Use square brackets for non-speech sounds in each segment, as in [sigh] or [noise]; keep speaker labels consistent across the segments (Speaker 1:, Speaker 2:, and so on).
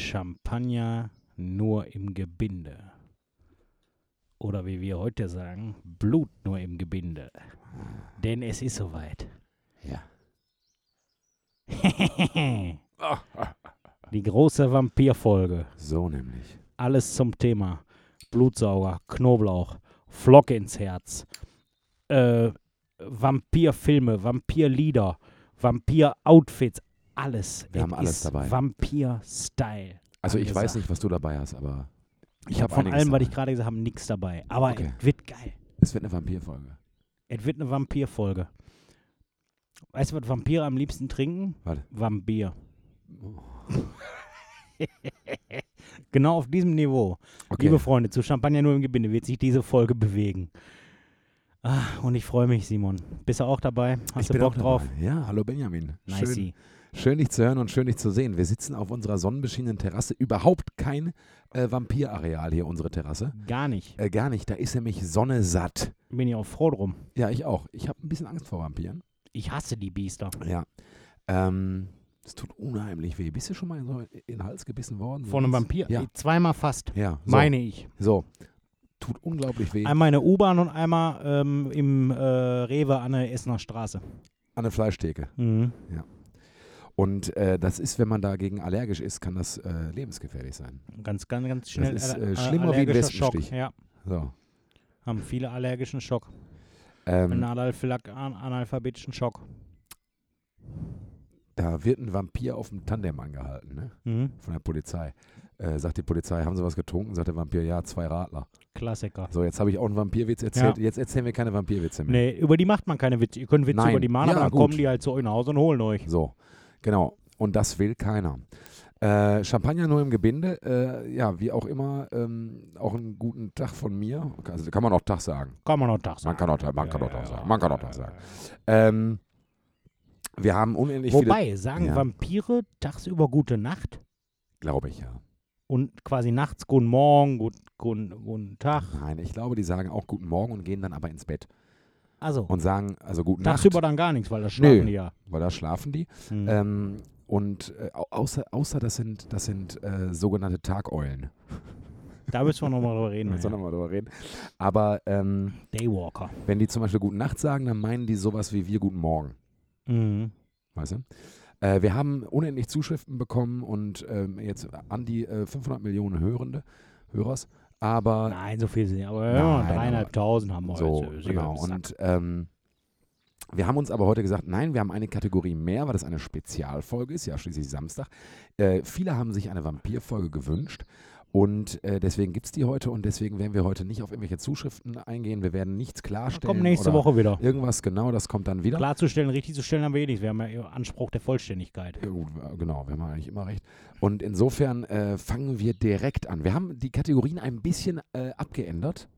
Speaker 1: Champagner nur im Gebinde. Oder wie wir heute sagen, Blut nur im Gebinde. Denn es ist soweit. [laughs]
Speaker 2: Ja.
Speaker 1: Die große Vampirfolge.
Speaker 2: So nämlich.
Speaker 1: Alles zum Thema. Blutsauger, Knoblauch, Flocke ins Herz, äh, Vampirfilme, Vampirlieder, Vampir-Outfits, alles.
Speaker 2: Wir haben alles
Speaker 1: ist
Speaker 2: dabei.
Speaker 1: Vampir-Style.
Speaker 2: Also ich weiß
Speaker 1: Angesagt.
Speaker 2: nicht, was du dabei hast, aber
Speaker 1: Ich,
Speaker 2: Ich
Speaker 1: habe
Speaker 2: hab
Speaker 1: von
Speaker 2: einiges
Speaker 1: allem, was
Speaker 2: dabei.
Speaker 1: ich gerade gesagt habe, nichts dabei. Aber
Speaker 2: Okay.
Speaker 1: es wird geil.
Speaker 2: es wird eine Vampirfolge.
Speaker 1: Es wird eine Vampirfolge. Weißt du, was Vampire am liebsten trinken?
Speaker 2: Was? [laughs]
Speaker 1: Vampir. Genau auf diesem Niveau.
Speaker 2: Okay.
Speaker 1: Liebe Freunde, zu Champagner nur im Gebinde wird sich diese Folge bewegen. Ah, und ich freue mich, Simon. Bist du auch dabei? Hast
Speaker 2: ich
Speaker 1: du
Speaker 2: bin
Speaker 1: Bock
Speaker 2: auch
Speaker 1: drauf?
Speaker 2: Dabei. Ja, hallo Benjamin. Schön,
Speaker 1: Nicey.
Speaker 2: schön dich zu hören und schön dich zu sehen. Wir sitzen auf unserer sonnenbeschienenen Terrasse. Überhaupt kein äh, Vampirareal hier, unsere Terrasse.
Speaker 1: Gar nicht.
Speaker 2: Äh, gar nicht, da ist nämlich Sonne satt.
Speaker 1: Bin ich auch froh drum.
Speaker 2: Ja, ich auch. Ich habe ein bisschen Angst vor Vampiren.
Speaker 1: Ich hasse die Biester.
Speaker 2: Ja. Ähm, es tut unheimlich weh. Bist du schon mal so in den Hals gebissen worden?
Speaker 1: Von einem
Speaker 2: Sowas?
Speaker 1: Vampir.
Speaker 2: Ja.
Speaker 1: Zweimal fast.
Speaker 2: Ja, so.
Speaker 1: Meine ich.
Speaker 2: So. Tut unglaublich weh.
Speaker 1: Einmal in der U-Bahn und einmal ähm, im äh, Rewe an der Essener Straße.
Speaker 2: An der Fleischtheke.
Speaker 1: Mhm.
Speaker 2: Und äh, das ist, wenn man dagegen allergisch ist, kann das äh, lebensgefährlich sein.
Speaker 1: Ganz, ganz, ganz schnell.
Speaker 2: ist,
Speaker 1: aller-
Speaker 2: äh, schlimmer wie ein
Speaker 1: allergischer
Speaker 2: Wespenstich.
Speaker 1: Schock. Ja,
Speaker 2: So.
Speaker 1: haben viele allergischen Schock.
Speaker 2: Mhm.
Speaker 1: Einen
Speaker 2: Ähm,
Speaker 1: Analphylax- an- analphabetischen Schock.
Speaker 2: da wird ein Vampir auf dem Tandem angehalten, ne?
Speaker 1: Mhm.
Speaker 2: Von der Polizei. Äh, sagt die Polizei, haben sie was getrunken? Sagt der Vampir, ja, zwei Radler.
Speaker 1: Klassiker.
Speaker 2: So, jetzt habe ich auch einen Vampirwitz erzählt. Jetzt erzählen wir keine Vampirwitze mehr.
Speaker 1: Nee, über die macht man keine Witze. Ihr könnt Witze
Speaker 2: Nein.
Speaker 1: über die machen,
Speaker 2: Ja,
Speaker 1: aber dann
Speaker 2: gut.
Speaker 1: kommen die halt zu euch nach Hause und holen euch.
Speaker 2: So, genau. Und das will keiner. Äh, Champagner nur im Gebinde. Äh, ja, wie auch immer, ähm, auch einen guten Tag von mir. Also, kann man auch Tag sagen.
Speaker 1: Kann man noch Tag sagen.
Speaker 2: Man kann auch Tag, man
Speaker 1: Ja,
Speaker 2: kann auch
Speaker 1: ja,
Speaker 2: Tag
Speaker 1: ja,
Speaker 2: sagen. Man kann auch
Speaker 1: ja,
Speaker 2: Tag
Speaker 1: ja,
Speaker 2: sagen.
Speaker 1: ja.
Speaker 2: Ähm, wir haben unendlich viele,
Speaker 1: Wobei, sagen
Speaker 2: Ja.
Speaker 1: Vampire tagsüber gute Nacht
Speaker 2: glaube ich, ja.
Speaker 1: und quasi nachts guten Morgen, gut, guten, guten Tag.
Speaker 2: Nein, ich glaube, die sagen auch guten Morgen und gehen dann aber ins Bett
Speaker 1: Also,
Speaker 2: und sagen, also guten Nacht,
Speaker 1: tagsüber dann gar nichts, weil das schlafen
Speaker 2: Nö.
Speaker 1: die ja.
Speaker 2: weil da schlafen die.
Speaker 1: Hm.
Speaker 2: Ähm, und äh, au- außer, außer das sind, das sind äh, sogenannte Tageulen.
Speaker 1: Da müssen wir nochmal drüber
Speaker 2: [laughs]
Speaker 1: reden.
Speaker 2: Da soll
Speaker 1: nachher.
Speaker 2: noch mal drüber reden. Aber ähm,
Speaker 1: Daywalker.
Speaker 2: wenn die zum Beispiel guten Nacht sagen, dann meinen die sowas wie wir guten Morgen.
Speaker 1: Mhm.
Speaker 2: Weißt du? Äh, wir haben unendlich Zuschriften bekommen und ähm, jetzt an die äh, 500 Millionen Hörende, Hörers. Aber
Speaker 1: Nein, so viel sind ja. Aber
Speaker 2: Nein, aber-
Speaker 1: 3.500 haben wir
Speaker 2: So,
Speaker 1: heute.
Speaker 2: genau. Und ähm, wir haben uns aber heute gesagt, nein, wir haben eine Kategorie mehr, weil das eine Spezialfolge ist, ja schließlich Samstag. Äh, viele haben sich eine Vampirfolge gewünscht und äh, deswegen gibt es die heute und deswegen werden wir heute nicht auf irgendwelche Zuschriften eingehen. Wir werden nichts klarstellen.
Speaker 1: Kommt nächste
Speaker 2: oder
Speaker 1: Woche wieder.
Speaker 2: Irgendwas, genau, das kommt dann wieder.
Speaker 1: Klarzustellen, richtig zu stellen haben wir eh nichts. Wir haben ja Anspruch der Vollständigkeit.
Speaker 2: Ja, gut, äh, genau, wir haben eigentlich immer recht. Und insofern äh, fangen wir direkt an. Wir haben die Kategorien ein bisschen äh, abgeändert.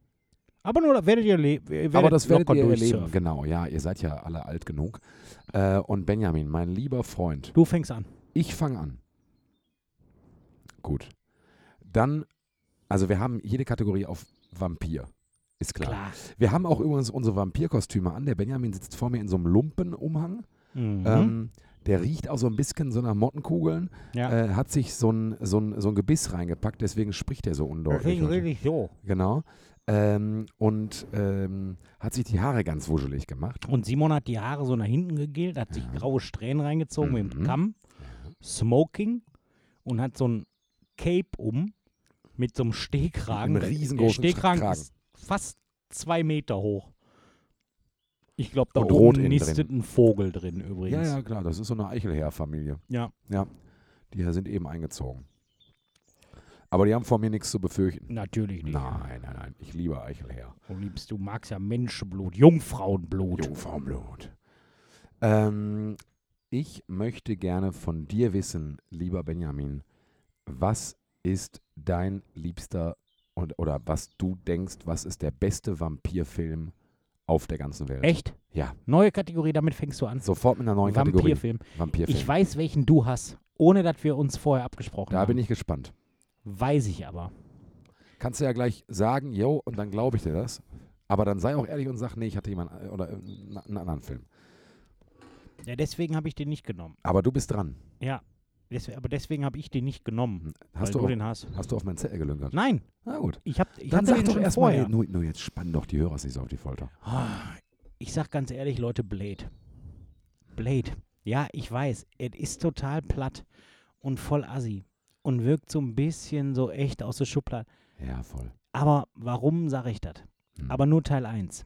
Speaker 1: Aber nur, da werdet ihr le- werdet
Speaker 2: Aber das werdet
Speaker 1: locker
Speaker 2: ihr erleben.
Speaker 1: durchsurfen.
Speaker 2: Genau, ja, ihr seid ja alle alt genug. Äh, und Benjamin, mein lieber Freund,
Speaker 1: Du fängst an.
Speaker 2: ich fange an. Gut. Dann, also wir haben jede Kategorie auf Vampir. Ist klar.
Speaker 1: Klar.
Speaker 2: Wir haben auch übrigens unsere Vampirkostüme an. Der Benjamin sitzt vor mir in so einem Lumpenumhang.
Speaker 1: Mhm.
Speaker 2: Ähm, der riecht auch so ein bisschen so nach Mottenkugeln.
Speaker 1: ja.
Speaker 2: Äh, hat sich so ein, so, ein, so ein Gebiss reingepackt, deswegen spricht er so undeutlich.
Speaker 1: Deswegen
Speaker 2: heute.
Speaker 1: rede ich so.
Speaker 2: Genau. Ähm, und ähm, hat sich die Haare ganz wuschelig gemacht.
Speaker 1: Und Simon hat die Haare so nach hinten gegelt, hat sich
Speaker 2: Ja.
Speaker 1: graue Strähnen reingezogen mit dem
Speaker 2: Mhm.
Speaker 1: Kamm, Smoking und hat so ein Cape um mit so einem Stehkragen.
Speaker 2: Einen riesengroßen
Speaker 1: der Stehkragen
Speaker 2: Kragen.
Speaker 1: ist fast zwei Meter hoch. Ich glaube, da
Speaker 2: Und
Speaker 1: oben
Speaker 2: rot innen
Speaker 1: nistet ein Vogel drin
Speaker 2: Ja,
Speaker 1: übrigens.
Speaker 2: ja, klar, das ist so eine Eichelherr-Familie.
Speaker 1: Ja.
Speaker 2: Ja, die sind eben eingezogen. Aber die haben vor mir nichts zu befürchten.
Speaker 1: Natürlich nicht.
Speaker 2: Nein, nein, nein, ich liebe Eichelherr.
Speaker 1: Du liebst, du magst ja Menschenblut, Jungfrauenblut.
Speaker 2: Jungfrauenblut. Ähm, ich möchte gerne von dir wissen, lieber Benjamin, was ist dein liebster und oder was du denkst, was ist der beste Vampirfilm auf der ganzen Welt?
Speaker 1: Echt?
Speaker 2: Ja.
Speaker 1: Neue Kategorie, damit fängst du an.
Speaker 2: Sofort mit einer neuen Kategorie.
Speaker 1: Vampirfilm. Ich
Speaker 2: Vampirfilm.
Speaker 1: weiß, welchen du hast, ohne dass wir uns vorher abgesprochen
Speaker 2: Da
Speaker 1: haben.
Speaker 2: bin ich gespannt.
Speaker 1: Weiß ich aber.
Speaker 2: Kannst du ja gleich sagen, yo, und dann glaube ich dir das. Aber dann sei auch ehrlich und sag, nee, ich hatte jemanden oder äh, einen anderen Film.
Speaker 1: Ja, deswegen habe ich den nicht genommen.
Speaker 2: Aber du bist dran.
Speaker 1: Ja. Des, aber deswegen habe ich den nicht genommen, weil
Speaker 2: Hast du,
Speaker 1: du
Speaker 2: auf,
Speaker 1: den hast.
Speaker 2: hast du auf mein Zettel gelünkert?
Speaker 1: Nein,
Speaker 2: Na gut.
Speaker 1: ich habe ich
Speaker 2: Dann
Speaker 1: hatte
Speaker 2: sag
Speaker 1: den
Speaker 2: doch
Speaker 1: schon
Speaker 2: erstmal,
Speaker 1: vorher.
Speaker 2: ey, nur, nur jetzt spannen doch die Hörer sich so auf die Folter.
Speaker 1: Ah, Ich sag ganz ehrlich, Leute, Blade. Blade. Ja, ich weiß, es ist total platt und voll assi und wirkt so ein bisschen so echt aus der Schublade.
Speaker 2: Ja, voll.
Speaker 1: Aber warum sage ich das?
Speaker 2: Hm.
Speaker 1: Aber nur Teil 1.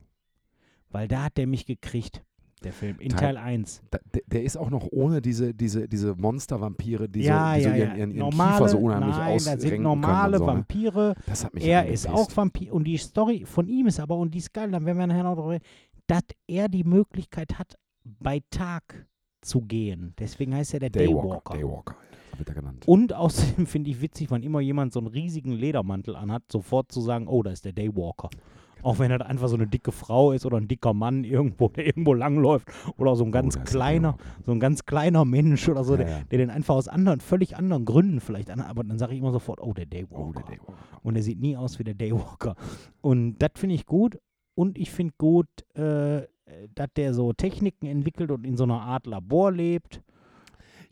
Speaker 1: Weil da hat der mich gekriegt, der Film. In
Speaker 2: Teil-
Speaker 1: Teil 1.
Speaker 2: Da, der, der ist auch noch ohne diese, diese, diese Monster-Vampire, die,
Speaker 1: ja,
Speaker 2: so, die
Speaker 1: ja,
Speaker 2: so
Speaker 1: ja.
Speaker 2: ihren, ihren, ihren
Speaker 1: normale,
Speaker 2: Kiefer so unheimlich
Speaker 1: nein, das
Speaker 2: ausrenken
Speaker 1: sind normale
Speaker 2: können und so, ne?
Speaker 1: Vampire.
Speaker 2: Das hat mich
Speaker 1: Er
Speaker 2: angepisst.
Speaker 1: ist auch Vampir und die Story von ihm ist aber, und die ist geil, dann werden wir nachher noch drüber reden, dass er die Möglichkeit hat, bei Tag zu gehen. Deswegen heißt er der Daywalker.
Speaker 2: Daywalker. Daywalker. Das wird er genannt.
Speaker 1: Und außerdem [laughs] finde ich witzig, wann immer jemand so einen riesigen Ledermantel anhat, sofort zu sagen, oh, da ist der Daywalker.
Speaker 2: Genau.
Speaker 1: Auch wenn das einfach so eine dicke Frau ist oder ein dicker Mann irgendwo, der irgendwo langläuft oder so ein ganz
Speaker 2: da Oh, ist der
Speaker 1: kleiner,
Speaker 2: Daywalker.
Speaker 1: so ein ganz kleiner Mensch oder so,
Speaker 2: Ja,
Speaker 1: der,
Speaker 2: ja.
Speaker 1: der den einfach aus anderen, völlig anderen Gründen vielleicht anhat, aber dann sage ich immer sofort, oh, der Daywalker.
Speaker 2: Oh, der Daywalker.
Speaker 1: Und er sieht nie aus wie der Daywalker. Und das finde ich gut. Und ich finde gut, äh, dass der so Techniken entwickelt und in so einer Art Labor lebt.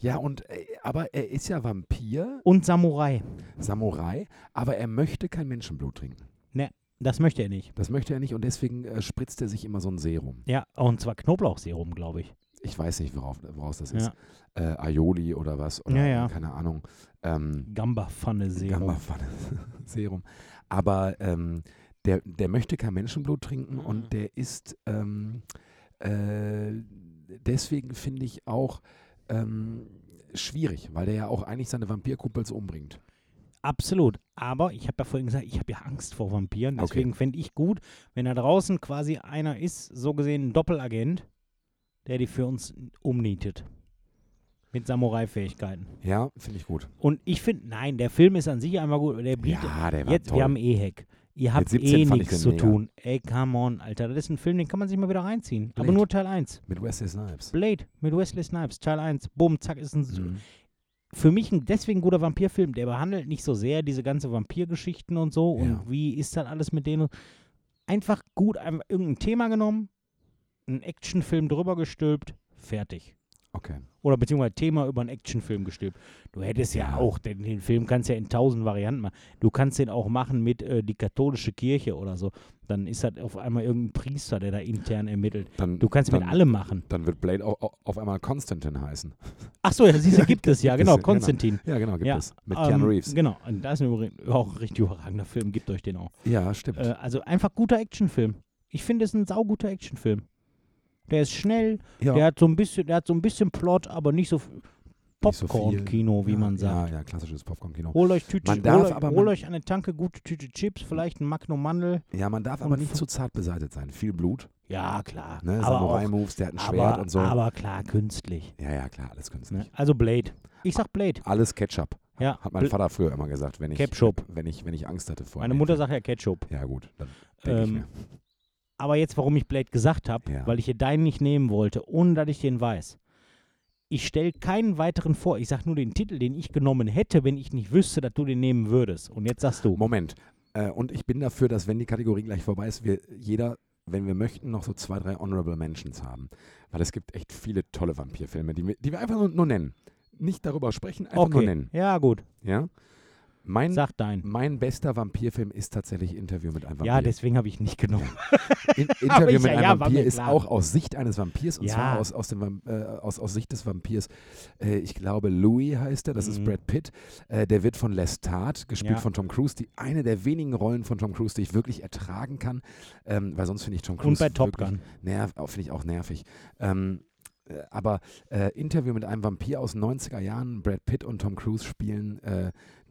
Speaker 2: Ja, und, äh, aber er ist ja Vampir,
Speaker 1: Und Samurai.
Speaker 2: Samurai, aber er möchte kein Menschenblut trinken.
Speaker 1: Das möchte er nicht.
Speaker 2: Das möchte er nicht und deswegen äh, spritzt er sich immer so ein Serum.
Speaker 1: Ja, und zwar Knoblauchserum, glaube ich.
Speaker 2: Ich weiß nicht, worauf, woraus das ist. Äh, Aioli oder was, oder
Speaker 1: Ja, ja.
Speaker 2: keine Ahnung. Ähm,
Speaker 1: Gamba-Pfanne-Serum.
Speaker 2: Gamma-Pfanne- [laughs] Serum. Aber ähm, der, der möchte kein Menschenblut trinken
Speaker 1: Mhm.
Speaker 2: und der ist ähm, äh, deswegen finde ich auch ähm, schwierig, weil der ja auch eigentlich seine Vampirkumpels umbringt.
Speaker 1: Absolut. Aber ich habe ja vorhin gesagt, ich habe ja Angst vor Vampiren.
Speaker 2: Okay.
Speaker 1: Deswegen fände ich gut, wenn da draußen quasi einer ist, so gesehen ein Doppelagent, der die für uns umnietet. Mit Samurai-Fähigkeiten.
Speaker 2: Ja, finde ich gut.
Speaker 1: Und ich finde, nein, der Film ist an sich einmal gut. Der bietet,
Speaker 2: ja, der war
Speaker 1: jetzt,
Speaker 2: toll.
Speaker 1: wir haben eh Hack. Ihr habt
Speaker 2: 17
Speaker 1: eh
Speaker 2: fand
Speaker 1: nichts
Speaker 2: ich
Speaker 1: zu
Speaker 2: den mega.
Speaker 1: tun. Ey, come on, Alter. Das ist ein Film, den kann man sich mal wieder reinziehen. Aber
Speaker 2: Blade.
Speaker 1: nur Teil 1.
Speaker 2: Mit Wesley Snipes.
Speaker 1: Blade mit Wesley Snipes, Teil 1. Bumm, zack, ist ein.
Speaker 2: Mhm.
Speaker 1: Für mich ein deswegen guter Vampirfilm. Der behandelt nicht so sehr diese ganze Vampirgeschichten und so. Und
Speaker 2: Ja.
Speaker 1: wie ist dann alles mit denen? Einfach gut, einfach irgendein Thema genommen, einen Actionfilm drüber gestülpt, fertig.
Speaker 2: Okay.
Speaker 1: Oder beziehungsweise Thema über einen Actionfilm gestülpt. Du hättest ja,
Speaker 2: Ja.
Speaker 1: auch, den, den Film kannst ja in tausend Varianten machen. Du kannst den auch machen mit äh, die katholische Kirche oder so. Dann ist das auf einmal irgendein Priester, der da intern ermittelt.
Speaker 2: Dann,
Speaker 1: Du kannst
Speaker 2: dann,
Speaker 1: mit allem machen.
Speaker 2: Dann wird Blade au- au- auf einmal Konstantin heißen.
Speaker 1: Ach so, ja, siehste, gibt es
Speaker 2: [laughs]
Speaker 1: ja,
Speaker 2: gibt es
Speaker 1: genau,
Speaker 2: ja, genau.
Speaker 1: Konstantin.
Speaker 2: Ja, genau, gibt
Speaker 1: Ja,
Speaker 2: es. Mit Keanu
Speaker 1: Ähm,
Speaker 2: Reeves.
Speaker 1: Genau, und das ist übrigens auch ein richtig überragender Film, gibt euch den auch.
Speaker 2: Ja, stimmt.
Speaker 1: Äh, also einfach guter Actionfilm. Ich finde, es ist ein sauguter Actionfilm. Der ist schnell,
Speaker 2: ja,
Speaker 1: der hat so ein bisschen, der hat so ein bisschen Plot, aber nicht so f-
Speaker 2: Nicht so viel.
Speaker 1: Popcorn-Kino, wie
Speaker 2: ja,
Speaker 1: man sagt.
Speaker 2: Ja, ja, klassisches Popcorn-Kino.
Speaker 1: Hol euch, Tüte,
Speaker 2: Man darf
Speaker 1: hol, euch,
Speaker 2: aber-
Speaker 1: hol
Speaker 2: man-
Speaker 1: euch eine Tanke gute Tüte Chips, vielleicht ein Magnum Mandel.
Speaker 2: Ja, man darf
Speaker 1: Und
Speaker 2: aber nicht
Speaker 1: fu-
Speaker 2: zu zart beseitigt sein. Viel Blut,
Speaker 1: Ja, klar.
Speaker 2: ne?
Speaker 1: aber, auch,
Speaker 2: Samurai-Moves, der hat ein Schwert
Speaker 1: aber,
Speaker 2: und so.
Speaker 1: aber klar, künstlich.
Speaker 2: ja, ja, klar, alles künstlich.
Speaker 1: Ne? Also Blade. Ich sag Blade.
Speaker 2: Alles Ketchup,
Speaker 1: Ja,
Speaker 2: hat mein
Speaker 1: Bl-
Speaker 2: Vater früher immer gesagt, wenn ich,
Speaker 1: Ketchup.
Speaker 2: wenn ich, wenn ich Angst hatte vor
Speaker 1: meine
Speaker 2: dem
Speaker 1: Mutter
Speaker 2: Film.
Speaker 1: sagt ja Ketchup.
Speaker 2: Ja, gut, dann denke ich
Speaker 1: Ähm,
Speaker 2: mir.
Speaker 1: aber jetzt, warum ich Blade gesagt habe,
Speaker 2: Ja.
Speaker 1: weil ich hier deinen nicht nehmen wollte, ohne dass ich den weiß. Ich stelle keinen weiteren vor. Ich sag nur den Titel, den ich genommen hätte, wenn ich nicht wüsste, dass du den nehmen würdest. Und jetzt sagst du.
Speaker 2: Moment. Äh, und ich bin dafür, dass, wenn die Kategorie gleich vorbei ist, wir jeder, wenn wir möchten, noch so zwei, drei Honorable Mentions haben. Weil es gibt echt viele tolle Vampirfilme, die wir, die wir einfach nur, nur nennen. Nicht darüber sprechen, einfach nur
Speaker 1: Okay.
Speaker 2: nennen.
Speaker 1: Ja, gut.
Speaker 2: Ja? Mein,
Speaker 1: Sag deinen.
Speaker 2: mein bester Vampirfilm ist tatsächlich Interview mit einem Vampir.
Speaker 1: Ja, deswegen habe ich ihn nicht genommen.
Speaker 2: In,
Speaker 1: [laughs] Aber
Speaker 2: Interview
Speaker 1: ich-
Speaker 2: mit
Speaker 1: ja,
Speaker 2: einem
Speaker 1: ja, war
Speaker 2: Vampir
Speaker 1: mir
Speaker 2: ist
Speaker 1: klar.
Speaker 2: auch aus Sicht eines Vampirs und
Speaker 1: Ja.
Speaker 2: zwar aus, aus, dem, Vam- äh, aus, aus Sicht des Vampirs. Äh, ich glaube, Louis heißt er, das
Speaker 1: Mhm.
Speaker 2: ist Brad Pitt. Äh, der wird von Lestat, gespielt
Speaker 1: Ja.
Speaker 2: von Tom Cruise. Die, eine der wenigen Rollen von Tom Cruise, die ich wirklich ertragen kann, ähm, weil sonst finde ich Tom Cruise
Speaker 1: Und bei Top
Speaker 2: wirklich
Speaker 1: Gun.
Speaker 2: nerv, auch- finde ich auch nervig. Ähm, äh, aber äh, Interview mit einem Vampir aus 90er Jahren, Brad Pitt und Tom Cruise spielen äh,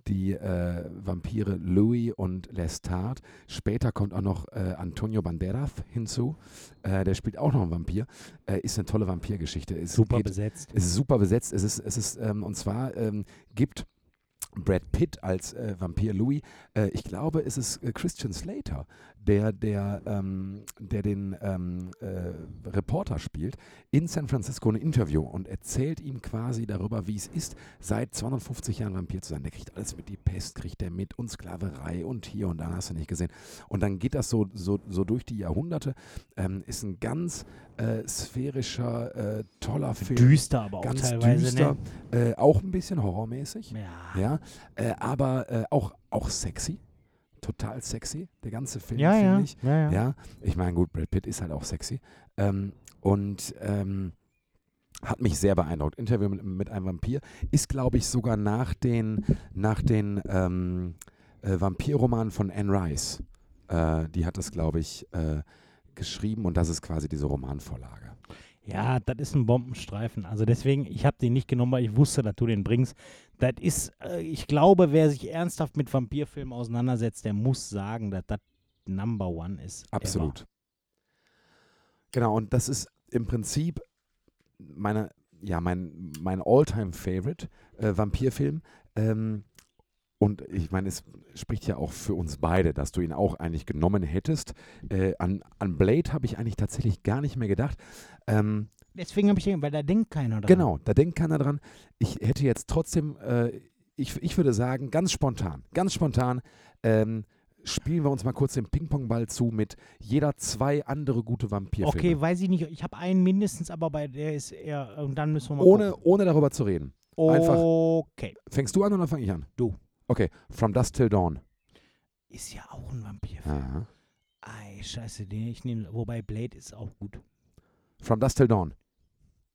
Speaker 2: die äh, Vampire Louis und Lestat. Später kommt auch noch äh, Antonio Banderas hinzu. Äh, der spielt auch noch einen Vampir. Äh, ist eine tolle Vampirgeschichte. Es
Speaker 1: Super
Speaker 2: geht-
Speaker 1: besetzt.
Speaker 2: es ist super besetzt. Es ist, es ist ähm, und zwar ähm, gibt Brad Pitt als äh, Vampir Louis, äh, ich glaube, es ist äh, Christian Slater, der, der, ähm, der den ähm, äh, Reporter spielt, in San Francisco ein Interview und erzählt ihm quasi darüber, wie es ist, seit 250 Jahren Vampir zu sein. Der kriegt alles mit, die Pest kriegt er mit und Sklaverei und hier und da hast du nicht gesehen. Und dann geht das so, so, so durch die Jahrhunderte. Ähm, ist ein ganz äh, sphärischer, äh, toller Film.
Speaker 1: Düster aber auch
Speaker 2: ganz
Speaker 1: teilweise.
Speaker 2: düster,
Speaker 1: Ne?
Speaker 2: äh, auch ein bisschen horrormäßig.
Speaker 1: Ja.
Speaker 2: Ja, äh, aber äh, auch, auch sexy. Total sexy, der ganze Film,
Speaker 1: Ja,
Speaker 2: finde
Speaker 1: ja.
Speaker 2: ich.
Speaker 1: ja, ja.
Speaker 2: Ja, ich meine, gut, Brad Pitt ist halt auch sexy. Ähm, und ähm, hat mich sehr beeindruckt. Interview mit, mit einem Vampir ist, glaube ich, sogar nach den, nach den ähm, äh, Vampirromanen von Anne Rice. Äh, die hat das, glaube ich, äh, geschrieben und das ist quasi diese Romanvorlage.
Speaker 1: Ja, das ist ein Bombenstreifen. Also deswegen, ich habe den nicht genommen, weil ich wusste, dass du den bringst. Das ist, äh, ich glaube, wer sich ernsthaft mit Vampirfilmen auseinandersetzt, der muss sagen, dass das Number One ist. ever.
Speaker 2: Absolut. Genau, und das ist im Prinzip meine, ja, mein, mein All-Time-Favorite äh, Vampirfilm. Ähm, und ich meine, es spricht ja auch für uns beide, dass du ihn auch eigentlich genommen hättest. Äh, an, an Blade habe ich eigentlich tatsächlich gar nicht mehr gedacht. Ähm,
Speaker 1: Deswegen habe ich den, weil da denkt keiner dran.
Speaker 2: Genau, da denkt keiner dran. Ich hätte jetzt trotzdem, äh, ich, ich würde sagen, ganz spontan, ganz spontan, ähm, spielen wir uns mal kurz den Ping-Pong-Ball zu mit jeder zwei andere gute Vampirfilme.
Speaker 1: Okay, weiß ich nicht. Ich habe einen mindestens, aber bei der ist eher, und dann müssen wir mal
Speaker 2: ohne, ohne darüber zu reden.
Speaker 1: gucken.
Speaker 2: einfach.
Speaker 1: Okay.
Speaker 2: Fängst du an oder fange ich an?
Speaker 1: Du.
Speaker 2: Okay, From Dusk Till Dawn.
Speaker 1: Ist ja auch ein Vampirfilm.
Speaker 2: Aha.
Speaker 1: Ei, scheiße, den ich nehme. Wobei Blade ist auch gut.
Speaker 2: From Dusk Till Dawn.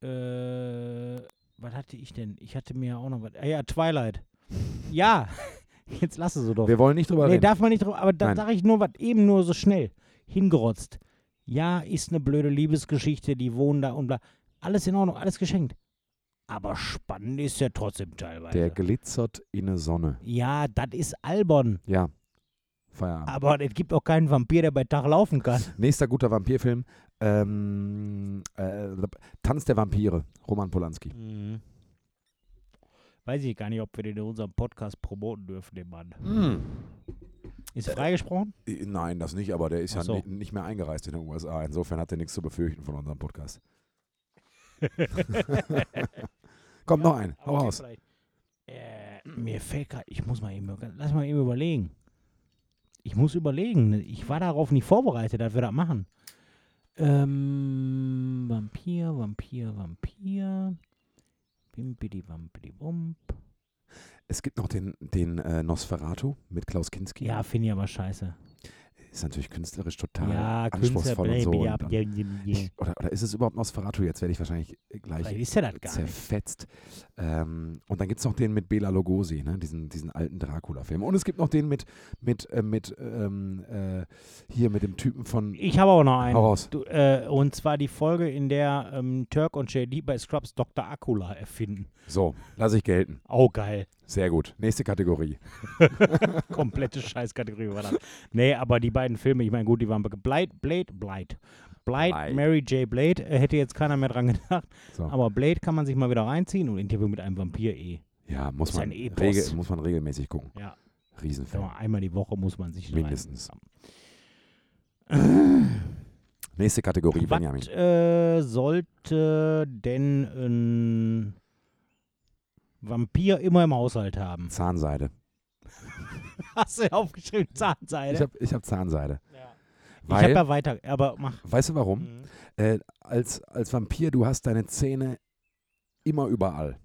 Speaker 1: Äh, was hatte ich denn? Ich hatte mir ja auch noch was. Ah ja, Twilight. Ja, [laughs] jetzt lasse so doch.
Speaker 2: Wir wollen nicht drüber
Speaker 1: Nee,
Speaker 2: reden.
Speaker 1: darf man nicht drauf, aber da
Speaker 2: Nein.
Speaker 1: sage ich nur was, eben nur so schnell. Hingerotzt. Ja, ist eine blöde Liebesgeschichte, die wohnen da und bla. Alles in Ordnung, alles geschenkt. Aber spannend ist ja trotzdem teilweise.
Speaker 2: Der glitzert in der Sonne.
Speaker 1: ja, das ist albern.
Speaker 2: Ja. Feierabend.
Speaker 1: Aber es gibt auch keinen Vampir, der bei Tag laufen
Speaker 2: [laughs]
Speaker 1: kann.
Speaker 2: Nächster guter Vampirfilm. Ähm, äh, Tanz der Vampire. Roman Polanski.
Speaker 1: Mhm. Weiß ich gar nicht, ob wir den in unserem Podcast promoten dürfen, den Mann.
Speaker 2: Mm.
Speaker 1: Ist freigesprochen?
Speaker 2: Äh, Nein, das nicht, aber der ist
Speaker 1: Ach so.
Speaker 2: ja ni- nicht mehr eingereist in den USA. Insofern hat er nichts zu befürchten von
Speaker 1: [laughs]
Speaker 2: unserem Podcast. Kommt noch ein, hau
Speaker 1: Okay,
Speaker 2: raus.
Speaker 1: vielleicht. Äh, mir fällt gerade, ich muss mal eben, lass mal eben überlegen. Ich muss überlegen. ne? Ich war darauf nicht vorbereitet, dass wir das machen. Ähm, Vampir, Vampir, Vampir. Bimpidi, Wampidi, Wump.
Speaker 2: Es gibt noch den, den äh, Nosferatu mit Klaus Kinski.
Speaker 1: Ja, finde ich aber scheiße.
Speaker 2: Ist natürlich künstlerisch total
Speaker 1: Ja, Künstler,
Speaker 2: anspruchsvoll und so.
Speaker 1: Baby,
Speaker 2: Und
Speaker 1: ja,
Speaker 2: dann,
Speaker 1: ja, ja, ja.
Speaker 2: ich, oder, oder ist es überhaupt Nosferatu? Jetzt werde ich wahrscheinlich gleich
Speaker 1: Vielleicht ist er das gar nicht.
Speaker 2: zerfetzt. Ähm, und dann gibt es noch den mit Bela Lugosi, ne? diesen, diesen alten Dracula-Film. Und es gibt noch den mit, mit, äh, mit ähm, äh, hier mit dem Typen von.
Speaker 1: Ich habe auch noch einen.
Speaker 2: Hau raus.
Speaker 1: Du, äh, und zwar die Folge, in der ähm, Turk und JD bei Scrubs Dr. Akula erfinden.
Speaker 2: So, lasse ich gelten.
Speaker 1: Auch geil.
Speaker 2: Sehr gut. Nächste Kategorie.
Speaker 1: Komplette Scheißkategorie war das. Nee, aber die beiden Filme, ich meine, gut, die waren be- Blade, Blade, Blade. Blade,
Speaker 2: Blade.
Speaker 1: Mary J. Blade, äh, hätte jetzt keiner mehr dran gedacht.
Speaker 2: So.
Speaker 1: Aber Blade kann man sich mal wieder reinziehen und Interview mit einem Vampir eh.
Speaker 2: ja, muss
Speaker 1: ist
Speaker 2: man,
Speaker 1: ein Epos.
Speaker 2: regel, muss man regelmäßig gucken.
Speaker 1: Ja. Sag
Speaker 2: Riesenfilm.
Speaker 1: mal, einmal die Woche muss man sich
Speaker 2: Mindestens.
Speaker 1: rein-
Speaker 2: Nächste Kategorie, Benjamin.
Speaker 1: Was äh, sollte denn ein Vampir immer im Haushalt haben? [laughs]
Speaker 2: Zahnseide.
Speaker 1: Hast du aufgeschrieben,
Speaker 2: Ich
Speaker 1: Zahnseide?
Speaker 2: habe ich hab Zahnseide.
Speaker 1: Ja. Ich hab
Speaker 2: Weil,
Speaker 1: ja weiter, aber mach.
Speaker 2: weißt du warum?
Speaker 1: Mhm.
Speaker 2: Äh, als, als Vampir, du hast deine Zähne immer überall.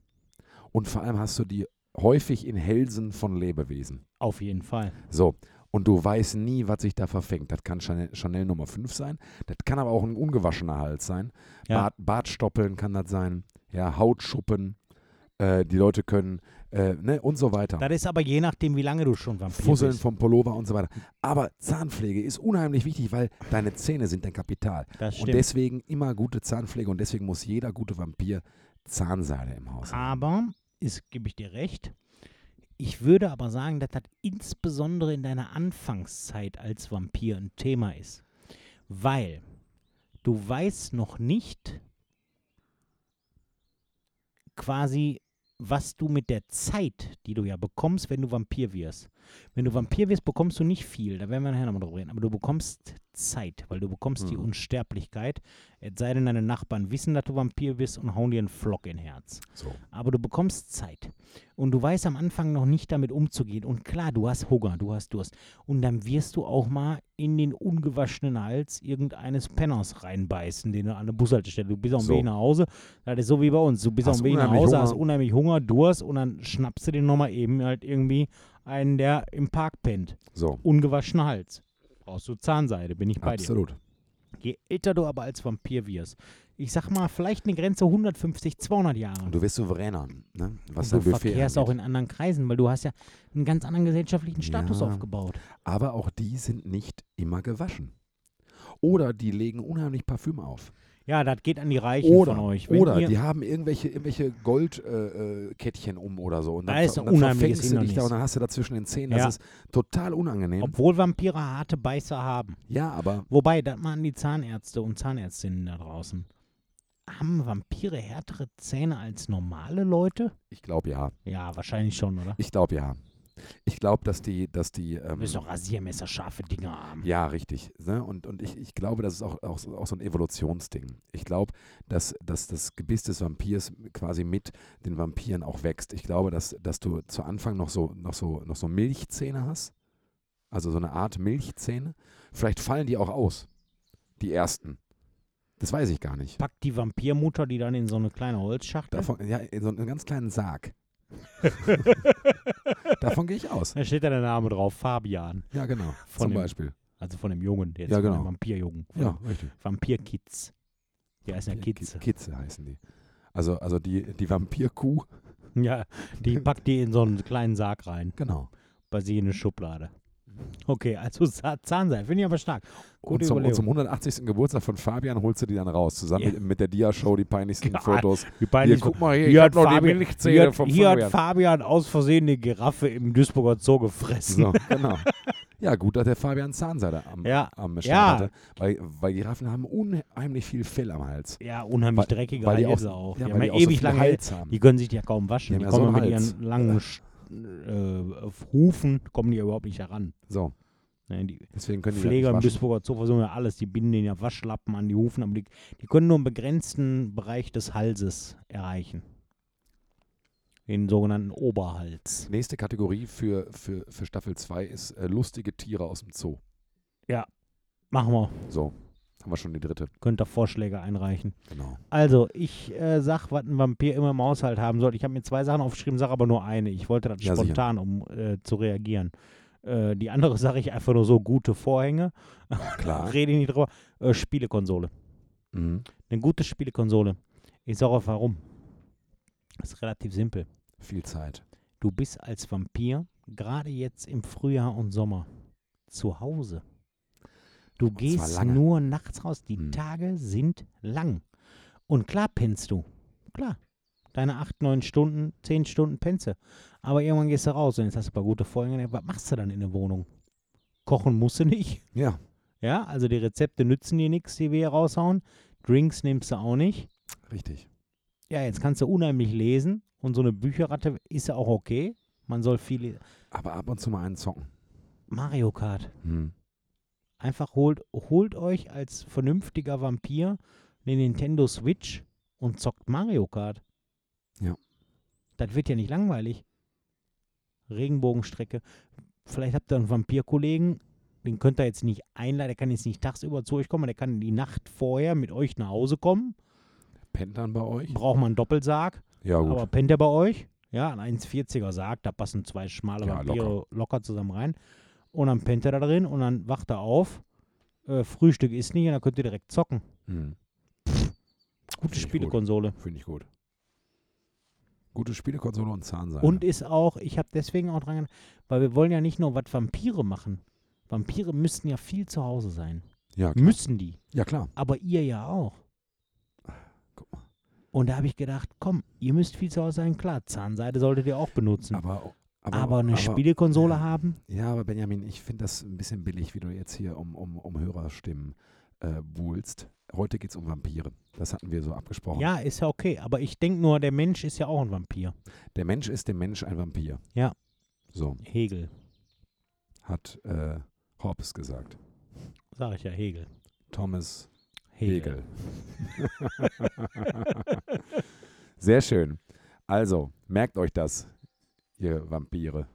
Speaker 2: Und vor allem hast du die häufig in Hälsen von Lebewesen.
Speaker 1: Auf jeden Fall.
Speaker 2: So. Und du weißt nie, was sich da verfängt. Das kann Chanel, Chanel Nummer 5 sein. Das kann aber auch ein ungewaschener Hals sein.
Speaker 1: Ja.
Speaker 2: Bart, Bartstoppeln kann das sein. Ja, Hautschuppen. Äh, die Leute können, äh, ne, und so weiter.
Speaker 1: Das ist aber je nachdem, wie lange du schon Vampir
Speaker 2: Fusseln
Speaker 1: bist.
Speaker 2: vom Pullover und so weiter. Aber Zahnpflege ist unheimlich wichtig, weil deine Zähne sind dein Kapital.
Speaker 1: Das
Speaker 2: Und
Speaker 1: stimmt.
Speaker 2: deswegen immer gute Zahnpflege und deswegen muss jeder gute Vampir Zahnseide im Haus haben.
Speaker 1: Aber, ist, gebe ich dir recht, ich würde aber sagen, dass das insbesondere in deiner Anfangszeit als Vampir ein Thema ist. Weil du weißt noch nicht quasi, was du mit der Zeit, die du ja bekommst, wenn du Vampir wirst. Wenn du Vampir wirst, bekommst du nicht viel, da werden wir nachher nochmal drüber reden, aber du bekommst Zeit, weil du bekommst die
Speaker 2: Mhm.
Speaker 1: Unsterblichkeit, es sei denn, deine Nachbarn wissen, dass du Vampir bist und hauen dir einen Flock in Herz.
Speaker 2: So.
Speaker 1: Aber du bekommst Zeit. Und du weißt am Anfang noch nicht damit umzugehen. Und klar, du hast Hunger, du hast Durst. Und dann wirst du auch mal in den ungewaschenen Hals irgendeines Penners reinbeißen, den du an der Bushaltestelle. Du bist auf dem
Speaker 2: So.
Speaker 1: Weg nach Hause. Das ist so wie bei uns. Du bist
Speaker 2: Hast
Speaker 1: auf dem Weg nach
Speaker 2: unheimlich
Speaker 1: Hause,
Speaker 2: Hunger.
Speaker 1: hast unheimlich Hunger, Durst und dann schnappst du dir nochmal eben halt irgendwie einen, der im Park pennt.
Speaker 2: So.
Speaker 1: Ungewaschener Hals. Brauchst du Zahnseide, bin ich bei dir.
Speaker 2: Absolut.
Speaker 1: Je älter du aber als Vampir wirst, ich sag mal, vielleicht eine Grenze 150, 200 Jahre.
Speaker 2: Und du wirst souveräner, ne? Was
Speaker 1: Und
Speaker 2: dein
Speaker 1: du
Speaker 2: Buffet
Speaker 1: verkehrst
Speaker 2: angeht.
Speaker 1: auch in anderen Kreisen, weil du hast ja einen ganz anderen gesellschaftlichen Status
Speaker 2: Ja.
Speaker 1: aufgebaut.
Speaker 2: Aber auch die sind nicht immer gewaschen. Oder die legen unheimlich Parfüm auf.
Speaker 1: Ja, das geht an die Reichen
Speaker 2: Oder,
Speaker 1: von euch. Wenn
Speaker 2: oder
Speaker 1: ihr,
Speaker 2: die haben irgendwelche, irgendwelche Goldkettchen äh, Kettchen um oder so. Und
Speaker 1: Da
Speaker 2: dann,
Speaker 1: ist
Speaker 2: ver-
Speaker 1: ein
Speaker 2: und dann
Speaker 1: unheimliches
Speaker 2: verfängst du dich da
Speaker 1: Hindernis.
Speaker 2: und dann hast du da zwischen den Zähnen. Das
Speaker 1: Ja.
Speaker 2: ist total unangenehm.
Speaker 1: obwohl Vampire harte Beißer haben.
Speaker 2: ja, aber
Speaker 1: Wobei, das mal an die Zahnärzte und Zahnärztinnen da draußen. Haben Vampire härtere Zähne als normale Leute?
Speaker 2: ich glaube ja.
Speaker 1: Ja, wahrscheinlich schon, oder?
Speaker 2: Ich glaube ja. Ich glaube, dass die, dass die.
Speaker 1: Du
Speaker 2: Ähm,
Speaker 1: wirst doch Rasiermesser scharfe Dinger haben.
Speaker 2: ja, richtig. Ne? Und, und ich, ich glaube, das ist auch, auch, so- auch so ein Evolutionsding. Ich glaube, dass, dass das Gebiss des Vampirs quasi mit den Vampiren auch wächst. Ich glaube, dass, dass du zu Anfang noch so, noch, so, noch so Milchzähne hast. Also so eine Art Milchzähne. Vielleicht fallen die auch aus. Die ersten. Das weiß ich gar nicht.
Speaker 1: Packt die Vampirmutter die dann in so eine kleine Holzschachtel?
Speaker 2: Davon, ja, in so einen ganz
Speaker 1: [laughs]
Speaker 2: kleinen Sarg. Davon gehe ich aus.
Speaker 1: da steht da der Name drauf, Fabian.
Speaker 2: Ja, genau.
Speaker 1: Von
Speaker 2: Zum
Speaker 1: dem-
Speaker 2: Beispiel.
Speaker 1: Also von dem Jungen, der
Speaker 2: Ja,
Speaker 1: von dem
Speaker 2: genau.
Speaker 1: Vampirjungen. von
Speaker 2: Ja, richtig.
Speaker 1: Vampirkids. Die heißen ja Kids.
Speaker 2: Kitze heißen die. Also, also die, die Vampirkuh.
Speaker 1: [laughs] Ja, die packt die in so einen kleinen Sarg rein,
Speaker 2: Genau.
Speaker 1: bei sie in eine Schublade. Okay, also Sa- Zahnseide, finde ich aber stark.
Speaker 2: Und
Speaker 1: Gute
Speaker 2: zum, und
Speaker 1: Überlegung.
Speaker 2: zum 180. Geburtstag von Fabian holst du die dann raus, zusammen
Speaker 1: Ja.
Speaker 2: mit, mit der Dia-Show, die peinlichsten
Speaker 1: Geil.
Speaker 2: Fotos.
Speaker 1: Wie peinlich.
Speaker 2: hier, guck mal hier,
Speaker 1: hier,
Speaker 2: ich hab
Speaker 1: hat
Speaker 2: noch die
Speaker 1: Fabian,
Speaker 2: Milchzähne
Speaker 1: hier, hat,
Speaker 2: vom
Speaker 1: hier hat
Speaker 2: Fabian.
Speaker 1: Fabian aus Versehen eine Giraffe im Duisburger Zoo gefressen.
Speaker 2: So, genau. Ja, gut, dass der Fabian Zahnseide am,
Speaker 1: Ja.
Speaker 2: am Start
Speaker 1: Ja.
Speaker 2: hatte, weil, weil Giraffen haben unheimlich viel Fell am Hals.
Speaker 1: Ja, unheimlich
Speaker 2: Weil-
Speaker 1: dreckige
Speaker 2: weil die
Speaker 1: Hälse
Speaker 2: auch-
Speaker 1: auch.
Speaker 2: ja,
Speaker 1: Die
Speaker 2: weil
Speaker 1: haben
Speaker 2: die
Speaker 1: ja
Speaker 2: auch so
Speaker 1: ewig
Speaker 2: viel
Speaker 1: lange
Speaker 2: Hals
Speaker 1: Hälse.
Speaker 2: haben.
Speaker 1: Die können sich ja kaum waschen.
Speaker 2: Die haben
Speaker 1: Die,
Speaker 2: ja so
Speaker 1: kommen
Speaker 2: einen
Speaker 1: mit
Speaker 2: Hals.
Speaker 1: ihren langen Sch- äh, Hufen, kommen die ja überhaupt nicht heran.
Speaker 2: So,
Speaker 1: Ne, Die,
Speaker 2: deswegen können die
Speaker 1: Pfleger
Speaker 2: ja
Speaker 1: im
Speaker 2: nicht waschen.
Speaker 1: Duisburger Zoo versuchen ja alles. Die binden den ja Waschlappen an die Hufen, aber die, die können nur einen begrenzten Bereich des Halses erreichen. Den sogenannten Oberhals.
Speaker 2: Nächste Kategorie für, für, für Staffel 2 ist äh, lustige Tiere aus dem Zoo.
Speaker 1: Machen wir.
Speaker 2: So, haben wir schon die dritte.
Speaker 1: Könnt ihr Vorschläge einreichen.
Speaker 2: Genau.
Speaker 1: Also, ich äh, sag, was ein Vampir immer im Haushalt haben sollte. Ich habe mir zwei Sachen aufgeschrieben, sage aber nur eine. Ich wollte das
Speaker 2: Ja, sicher.
Speaker 1: spontan, um äh, zu reagieren. Äh, die andere [laughs] sage ich einfach nur so: gute Vorhänge.
Speaker 2: Klar.
Speaker 1: Rede ich nicht drüber. Äh, Spielekonsole.
Speaker 2: Mhm.
Speaker 1: Eine gute Spielekonsole. Ich sage auch warum. Ist relativ simpel.
Speaker 2: Viel Zeit.
Speaker 1: Du bist als Vampir gerade jetzt im Frühjahr und Sommer zu Hause. Du
Speaker 2: Und zwar
Speaker 1: gehst
Speaker 2: lange.
Speaker 1: nur nachts raus. Die
Speaker 2: Hm.
Speaker 1: Tage sind lang. Und klar pennst du. Klar. Deine acht, neun Stunden, zehn Stunden pennst du. Aber irgendwann gehst du raus und jetzt hast du ein paar gute Folgen. Was machst du dann in der Wohnung? Kochen musst du nicht.
Speaker 2: Ja,
Speaker 1: Ja, also die Rezepte nützen dir nichts, die wir hier raushauen. Drinks nimmst du auch nicht.
Speaker 2: richtig.
Speaker 1: Ja, jetzt kannst du unheimlich lesen und so eine Bücherratte ist ja auch okay. Man soll viele
Speaker 2: Aber ab und zu mal einen zocken. Hm.
Speaker 1: Mario Kart. Einfach holt, holt euch als vernünftiger Vampir eine Nintendo Switch und zockt Mario Kart.
Speaker 2: Ja.
Speaker 1: Das wird ja nicht langweilig. Regenbogenstrecke. Vielleicht habt ihr einen Vampirkollegen, den könnt ihr jetzt nicht einladen, der kann jetzt nicht tagsüber zu euch kommen, der kann die Nacht vorher mit euch nach Hause kommen.
Speaker 2: Pennt dann bei euch?
Speaker 1: Braucht man einen Doppelsarg.
Speaker 2: Ja,
Speaker 1: Aber pennt er bei euch? Ja, ein 1,40er Sarg, da passen zwei schmale
Speaker 2: Ja,
Speaker 1: Vampire
Speaker 2: locker.
Speaker 1: locker. zusammen rein. Und dann pennt er da drin und dann wacht er auf. Äh, Frühstück ist nicht und dann könnt ihr direkt zocken.
Speaker 2: Mhm.
Speaker 1: Gute
Speaker 2: Finde ich
Speaker 1: Spielekonsole.
Speaker 2: Finde ich gut. Gute Spielekonsole und Zahnseide.
Speaker 1: Und ist auch, ich habe deswegen auch dran gedacht, weil wir wollen ja nicht nur was Vampire machen. Vampire müssten ja viel zu Hause sein.
Speaker 2: Ja, klar.
Speaker 1: Müssen die.
Speaker 2: ja, klar.
Speaker 1: Aber ihr ja auch.
Speaker 2: Guck mal.
Speaker 1: Und da habe ich gedacht, komm, ihr müsst viel zu Hause sein. Klar, Zahnseide solltet ihr auch benutzen. Aber,
Speaker 2: Aber,
Speaker 1: eine Spielekonsole haben,
Speaker 2: Ja, aber Benjamin, ich finde das ein bisschen billig, wie du jetzt hier um, um, um Hörerstimmen äh, buhlst. Heute geht es um Vampire. Das hatten wir so abgesprochen.
Speaker 1: Ja, ist ja okay. Aber ich denke nur, der Mensch ist ja auch ein Vampir.
Speaker 2: Der Mensch ist dem Mensch ein Vampir.
Speaker 1: Ja.
Speaker 2: So,
Speaker 1: Hegel.
Speaker 2: hat äh, Hobbes gesagt.
Speaker 1: Sag ich ja, Hegel.
Speaker 2: Thomas Hegel. Sehr schön. Also, merkt euch das, ihr Vampire.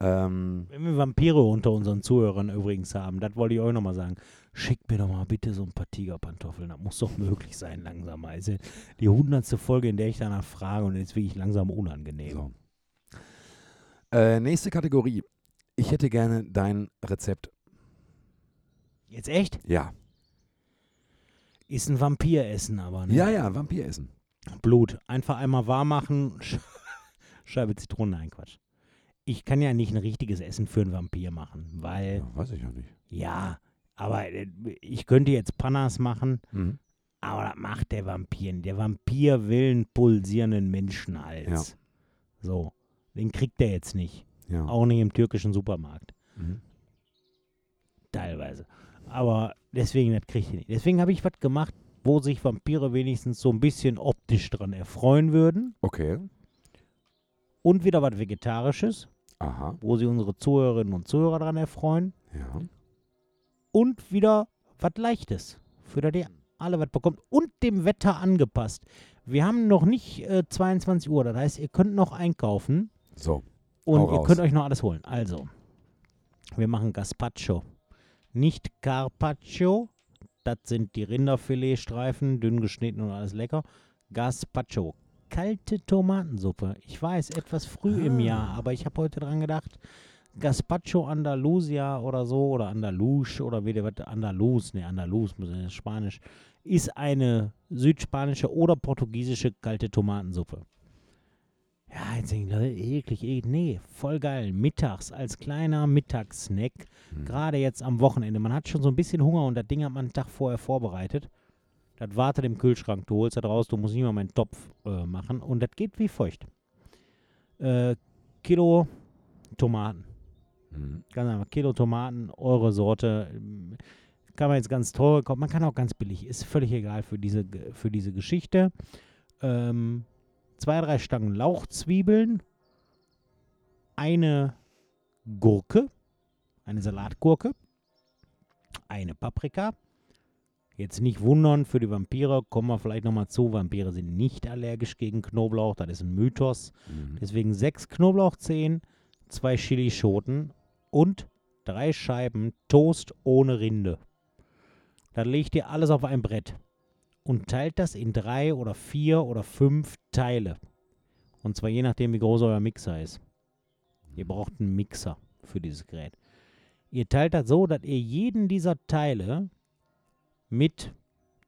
Speaker 2: Ähm,
Speaker 1: Wenn wir Vampire unter unseren Zuhörern übrigens haben, das wollte ich euch nochmal sagen. Schickt mir doch mal bitte so ein paar Tigerpantoffeln. Das muss doch möglich sein, langsam. Also die hundertste Folge, in der ich danach frage und jetzt wirklich langsam unangenehm.
Speaker 2: so. äh, nächste Kategorie. Ich hätte gerne dein Rezept.
Speaker 1: Jetzt echt?
Speaker 2: Ja.
Speaker 1: Ist ein Vampiressen aber, ne?
Speaker 2: Ja, ja, Vampir essen.
Speaker 1: Blut. Einfach einmal warm machen, [laughs] Sch- Scheibe Zitrone, nein, Quatsch. Ich kann ja nicht ein richtiges Essen für einen Vampir machen, weil,
Speaker 2: Ja, weiß ich ja nicht.
Speaker 1: ja, aber äh, ich könnte jetzt Pannas machen,
Speaker 2: Mhm.
Speaker 1: aber das macht der Vampir. nicht. Der Vampir will einen pulsierenden Menschenhals. So, den kriegt er jetzt nicht.
Speaker 2: Ja.
Speaker 1: Auch nicht im türkischen Supermarkt,
Speaker 2: Mhm.
Speaker 1: teilweise. Aber deswegen, das kriegt er nicht. Deswegen habe ich was gemacht, wo sich Vampire wenigstens so ein bisschen optisch dran erfreuen würden.
Speaker 2: Okay.
Speaker 1: und wieder was Vegetarisches,
Speaker 2: Aha.
Speaker 1: wo sie unsere Zuhörerinnen und Zuhörer daran erfreuen.
Speaker 2: Ja.
Speaker 1: Und wieder was Leichtes, für das ihr alle was bekommt und dem Wetter angepasst. Wir haben noch nicht äh, 22 Uhr, das heißt, ihr könnt noch einkaufen
Speaker 2: So.
Speaker 1: und
Speaker 2: Hau
Speaker 1: ihr
Speaker 2: raus.
Speaker 1: könnt euch noch alles holen. Also, wir machen Gazpacho. Nicht Carpaccio, das sind die Rinderfiletstreifen, dünn geschnitten und alles lecker. Gazpacho, kalte Tomatensuppe. Ich weiß, etwas früh im
Speaker 2: Ah.
Speaker 1: Jahr, aber ich habe heute dran gedacht, Gazpacho Andalusia oder so oder Andalus oder wie der was, Andalus, ne, Andalus, muss ich- Spanisch, ist eine südspanische oder portugiesische kalte Tomatensuppe. Ja, jetzt denken die Leute, eklig, eklig. Nee, voll geil. Mittags als kleiner Mittagssnack
Speaker 2: Mhm.
Speaker 1: gerade jetzt am Wochenende. Man hat schon so ein bisschen Hunger und das Ding hat man einen Tag vorher vorbereitet. Das wartet im Kühlschrank. Du holst das raus, du musst nicht mal meinen Topf äh, machen. Und das geht wie feucht. Äh, Kilo Tomaten.
Speaker 2: Mhm.
Speaker 1: Ganz einfach. Kilo Tomaten, eure Sorte. ähm, Kann man jetzt ganz teure kaufen. Man kann auch ganz billig. Ist völlig egal für diese, Ge- für diese Geschichte. Ähm, zwei, drei Stangen Lauchzwiebeln. Eine Gurke. Eine Salatgurke. Eine Paprika. Jetzt nicht wundern, für die Vampire kommen wir vielleicht nochmal zu. Vampire sind nicht allergisch gegen Knoblauch. Das ist ein Mythos.
Speaker 2: Mhm.
Speaker 1: Deswegen sechs Knoblauchzehen, zwei Chilischoten und drei Scheiben Toast ohne Rinde. Dann legt ihr alles auf ein Brett und teilt das in drei oder vier oder fünf Teile. Und zwar je nachdem, wie groß euer Mixer ist. Ihr braucht einen Mixer für dieses Gerät. Ihr teilt das so, dass ihr jeden dieser Teile mit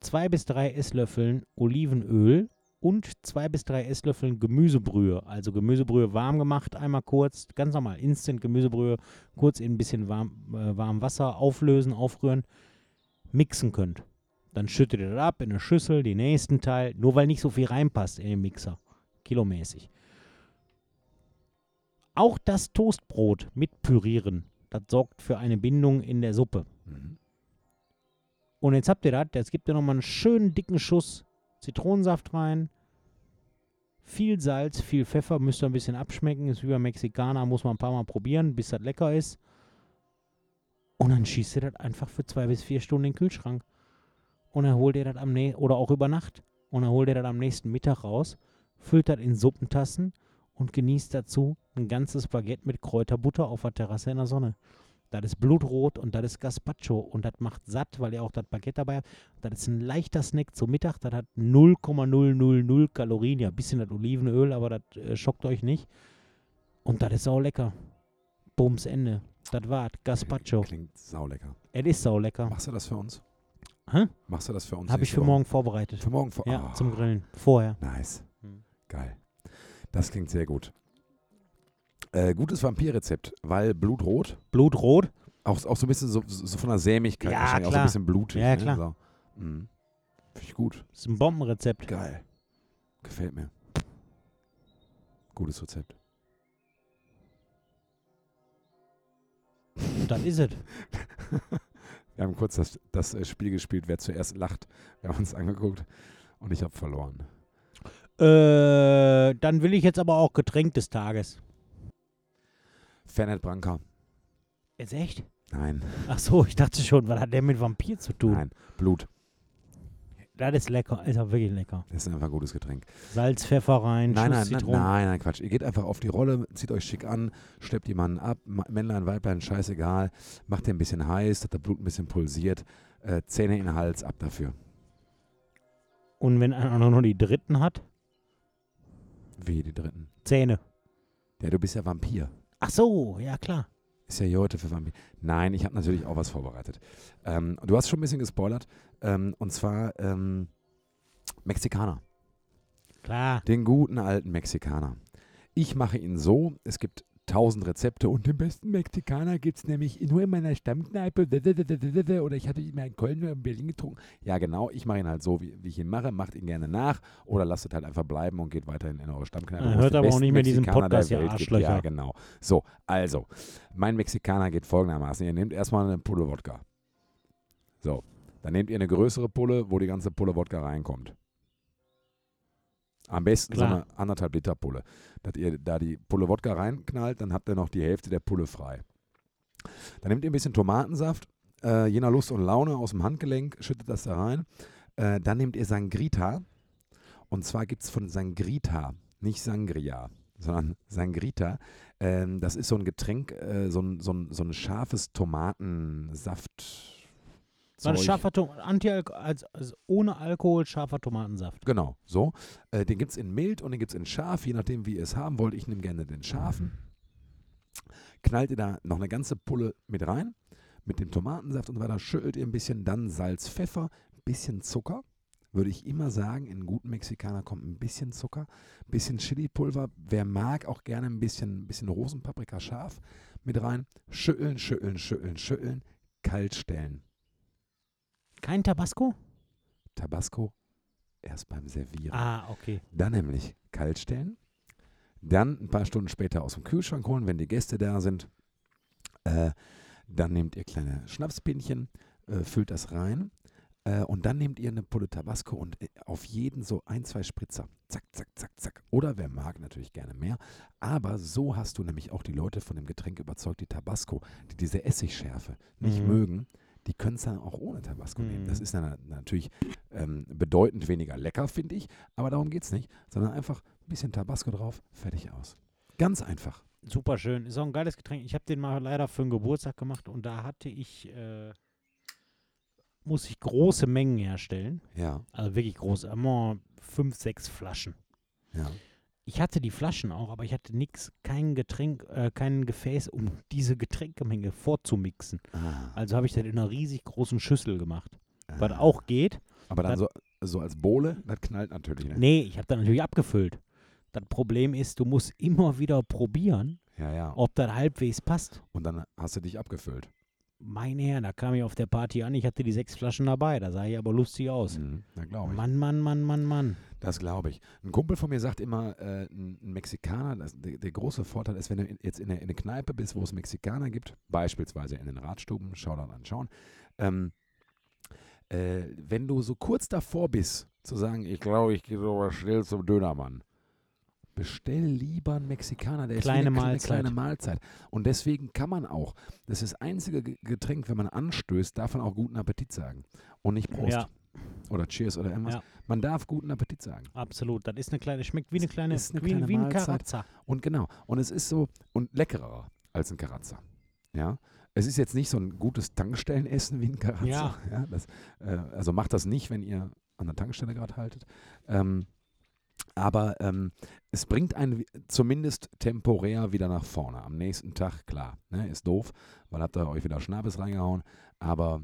Speaker 1: zwei bis drei Esslöffeln Olivenöl und zwei bis drei Esslöffeln Gemüsebrühe. Also Gemüsebrühe warm gemacht, einmal kurz, ganz normal, instant Gemüsebrühe, kurz in ein bisschen warm, äh, warmem Wasser auflösen, aufrühren, mixen könnt. Dann schüttet ihr das ab in eine Schüssel, den nächsten Teil, nur weil nicht so viel reinpasst in den Mixer, kilomäßig. Auch das Toastbrot mit pürieren, das sorgt für eine Bindung in der Suppe.
Speaker 2: Mhm.
Speaker 1: Und jetzt habt ihr das. Jetzt gibt ihr nochmal einen schönen dicken Schuss Zitronensaft rein. Viel Salz, viel Pfeffer. Müsst ihr ein bisschen abschmecken. Ist wie beim Mexikaner. Muss man ein paar Mal probieren, bis das lecker ist. Und dann schießt ihr das einfach für zwei bis vier Stunden in den Kühlschrank. Und dann holt ihr das am nächsten, oder auch über Nacht. Und dann holt ihr das am nächsten Mittag raus, füllt das in Suppentassen und genießt dazu ein ganzes Baguette mit Kräuterbutter auf der Terrasse in der Sonne. Das ist blutrot und das ist Gazpacho und das macht satt, weil ihr auch das Baguette dabei habt. Das ist ein leichter Snack zum Mittag, das hat 0,000 Kalorien, ja, ein bisschen das Olivenöl, aber das äh, schockt euch nicht. Und das ist sau lecker. Bums Ende. Das war's. Gazpacho.
Speaker 2: Klingt saulecker.
Speaker 1: Es ist sau lecker.
Speaker 2: Machst du das für uns?
Speaker 1: Hä?
Speaker 2: Machst du das für uns?
Speaker 1: Habe ich
Speaker 2: nächste
Speaker 1: für
Speaker 2: Woche?
Speaker 1: morgen vorbereitet.
Speaker 2: Für morgen vor.
Speaker 1: Ja,
Speaker 2: Ah,
Speaker 1: zum Grillen. Vorher.
Speaker 2: Nice.
Speaker 1: Mhm.
Speaker 2: Geil. Das klingt sehr gut. Äh, gutes Vampirrezept, weil blutrot,
Speaker 1: Blutrot.
Speaker 2: auch, auch so ein bisschen so, so von der Sämigkeit,
Speaker 1: Ja,
Speaker 2: wahrscheinlich, auch so
Speaker 1: klar.
Speaker 2: ein bisschen blutig.
Speaker 1: Ja,
Speaker 2: ne?
Speaker 1: klar.
Speaker 2: So. Mhm. Finde ich gut.
Speaker 1: Ist ein Bombenrezept.
Speaker 2: Geil. Gefällt mir. Gutes Rezept.
Speaker 1: Und das ist es.
Speaker 2: Wir haben kurz das, das äh, Spiel gespielt, wer zuerst lacht. Wir haben uns angeguckt und ich habe verloren.
Speaker 1: Äh, dann will ich jetzt aber auch Getränk des Tages.
Speaker 2: Fernet Branca.
Speaker 1: Jetzt echt?
Speaker 2: Nein,
Speaker 1: Ach so, ich dachte schon, was hat der mit Vampir zu tun?
Speaker 2: nein. Blut.
Speaker 1: Das ist lecker, ist auch wirklich lecker.
Speaker 2: Das ist einfach ein gutes Getränk.
Speaker 1: Salz, Pfeffer rein, Schuss
Speaker 2: Nein, nein, nein,
Speaker 1: Zitronen.
Speaker 2: nein, nein, Quatsch. Ihr geht einfach auf die Rolle, zieht euch schick an, schleppt jemanden ab, Ma- Männlein, Weiblein, scheißegal. Macht den ein bisschen heiß, dass das Blut ein bisschen pulsiert. Äh, Zähne in den Hals, ab dafür.
Speaker 1: Und wenn einer nur noch die dritten hat,
Speaker 2: Wie die Dritten.
Speaker 1: Zähne.
Speaker 2: Ja, du bist ja Vampir.
Speaker 1: Ach so, ja klar.
Speaker 2: Ist ja hier heute für Vampir. Nein, ich habe natürlich auch was vorbereitet. Ähm, du hast schon ein bisschen gespoilert. Ähm, und zwar ähm, Mexikaner.
Speaker 1: Klar.
Speaker 2: Den guten alten Mexikaner. Ich mache ihn so, es gibt tausend Rezepte und den besten Mexikaner gibt es nämlich nur in meiner Stammkneipe oder ich hatte ihn mal in Köln oder in Berlin getrunken. Ja genau, ich mache ihn halt so, wie, wie ich ihn mache, macht ihn gerne nach oder lasst es halt einfach bleiben und geht weiterhin in eure Stammkneipe.
Speaker 1: Dann
Speaker 2: wo es
Speaker 1: hört
Speaker 2: den
Speaker 1: aber auch
Speaker 2: besten
Speaker 1: nicht mehr diesen
Speaker 2: Mexikaner der
Speaker 1: Podcast, ihr
Speaker 2: Welt gibt. Ja
Speaker 1: Arschlöcher.
Speaker 2: genau. So, also, mein Mexikaner geht folgendermaßen. Ihr nehmt erstmal eine Pulle Wodka. So, dann nehmt ihr eine größere Pulle, wo die ganze Pulle Wodka reinkommt. Am besten so
Speaker 1: Klar.
Speaker 2: eine anderthalb Liter Pulle. Dass ihr da die Pulle Wodka reinknallt, dann habt ihr noch die Hälfte der Pulle frei. Dann nehmt ihr ein bisschen Tomatensaft, äh, je nach Lust und Laune aus dem Handgelenk, schüttet das da rein. Äh, dann nehmt ihr Sangrita. Und zwar gibt es von Sangrita, nicht Sangria, sondern Sangrita. Ähm, das ist so ein Getränk, äh, so, ein, so, ein, so ein scharfes Tomatensaft.
Speaker 1: So ein
Speaker 2: Zeug.
Speaker 1: scharfer Tom Anti als, als ohne Alkohol scharfer Tomatensaft.
Speaker 2: Genau, so. Äh, den gibt es in mild und den gibt es in scharf, je nachdem, wie ihr es haben wollt. Ich nehme gerne den scharfen. Knallt ihr da noch eine ganze Pulle mit rein, mit dem Tomatensaft und so weiter, schüttelt ihr ein bisschen, dann Salz, Pfeffer, bisschen Zucker. Würde ich immer sagen, in guten Mexikaner kommt ein bisschen Zucker, bisschen Chili-Pulver, wer mag, auch gerne ein bisschen, bisschen Rosenpaprika scharf mit rein. Schütteln, schütteln, schütteln, schütteln, kalt stellen.
Speaker 1: Kein Tabasco?
Speaker 2: Tabasco erst beim Servieren.
Speaker 1: Ah, okay.
Speaker 2: Dann nämlich kalt stellen. Dann ein paar Stunden später aus dem Kühlschrank holen, wenn die Gäste da sind. Äh, dann nehmt ihr kleine Schnapspinchen, äh, füllt das rein. Äh, und dann nehmt ihr eine Pulle Tabasco und äh, auf jeden so ein, zwei Spritzer. Zack, zack, zack, zack. Oder wer mag, natürlich gerne mehr. Aber so hast du nämlich auch die Leute von dem Getränk überzeugt, die Tabasco, die diese Essigschärfe nicht
Speaker 1: Mhm.
Speaker 2: mögen, die können es dann auch ohne Tabasco nehmen.
Speaker 1: Mhm.
Speaker 2: Das ist dann natürlich ähm, bedeutend weniger lecker, finde ich. Aber darum geht es nicht, sondern einfach ein bisschen Tabasco drauf, fertig aus. Ganz einfach.
Speaker 1: Super schön. Ist auch ein geiles Getränk. Ich habe den mal leider für einen Geburtstag gemacht und da hatte ich, äh, muss ich große Mengen herstellen.
Speaker 2: Ja,
Speaker 1: Also wirklich groß. Immer fünf, sechs Flaschen.
Speaker 2: ja.
Speaker 1: Ich hatte die Flaschen auch, aber ich hatte nix, kein Getränk, äh, kein Gefäß, um diese Getränkemenge vorzumixen.
Speaker 2: Ah,
Speaker 1: Also habe ich das in einer riesig großen Schüssel gemacht. Was
Speaker 2: ah.
Speaker 1: auch geht.
Speaker 2: Aber dann
Speaker 1: dann-
Speaker 2: so, so als Bohle, das knallt natürlich. Ne?
Speaker 1: Nee, ich habe da natürlich abgefüllt. Das Problem ist, du musst immer wieder probieren,
Speaker 2: Ja, ja.
Speaker 1: ob das halbwegs passt.
Speaker 2: Und dann hast du dich abgefüllt.
Speaker 1: Meine Herren, da kam ich auf der Party an, ich hatte die sechs Flaschen dabei, da sah ich aber lustig aus.
Speaker 2: Mhm. Na, glaube ich.
Speaker 1: Mann, Mann, Mann, Mann, Mann.
Speaker 2: Das glaube ich. Ein Kumpel von mir sagt immer, äh, ein ein Mexikaner, das, der, der große Vorteil ist, wenn du in, jetzt in eine, in eine Kneipe bist, wo es Mexikaner gibt, beispielsweise in den Radstuben, schau dann an, schauen, ähm, äh, wenn du so kurz davor bist, zu sagen, ich glaube, ich gehe sogar schnell zum Dönermann, bestell lieber einen Mexikaner, der
Speaker 1: Kleine
Speaker 2: ist wie eine,
Speaker 1: Mahlzeit.
Speaker 2: eine kleine Mahlzeit. Und deswegen kann man auch, das ist das einzige Ge- Getränk, wenn man anstößt, darf man auch guten Appetit sagen. Und nicht Prost.
Speaker 1: Ja,
Speaker 2: Oder Cheers oder irgendwas.
Speaker 1: Ja.
Speaker 2: Man darf guten Appetit sagen.
Speaker 1: absolut. Das ist eine kleine, schmeckt wie eine kleine,
Speaker 2: ist eine
Speaker 1: wie,
Speaker 2: kleine
Speaker 1: wie ein
Speaker 2: Mahlzeit.
Speaker 1: Karatzer.
Speaker 2: Und genau, und es ist so, und leckerer als ein Karatzer. Ja, es ist jetzt nicht so ein gutes Tankstellenessen wie ein Karatzer.
Speaker 1: Ja.
Speaker 2: das, äh, also macht das nicht, wenn ihr an der Tankstelle gerade haltet. Ähm, aber ähm, es bringt einen wi- zumindest temporär wieder nach vorne. Am nächsten Tag, klar, ne, ist doof, weil habt ihr euch wieder Schnabels reingehauen. Aber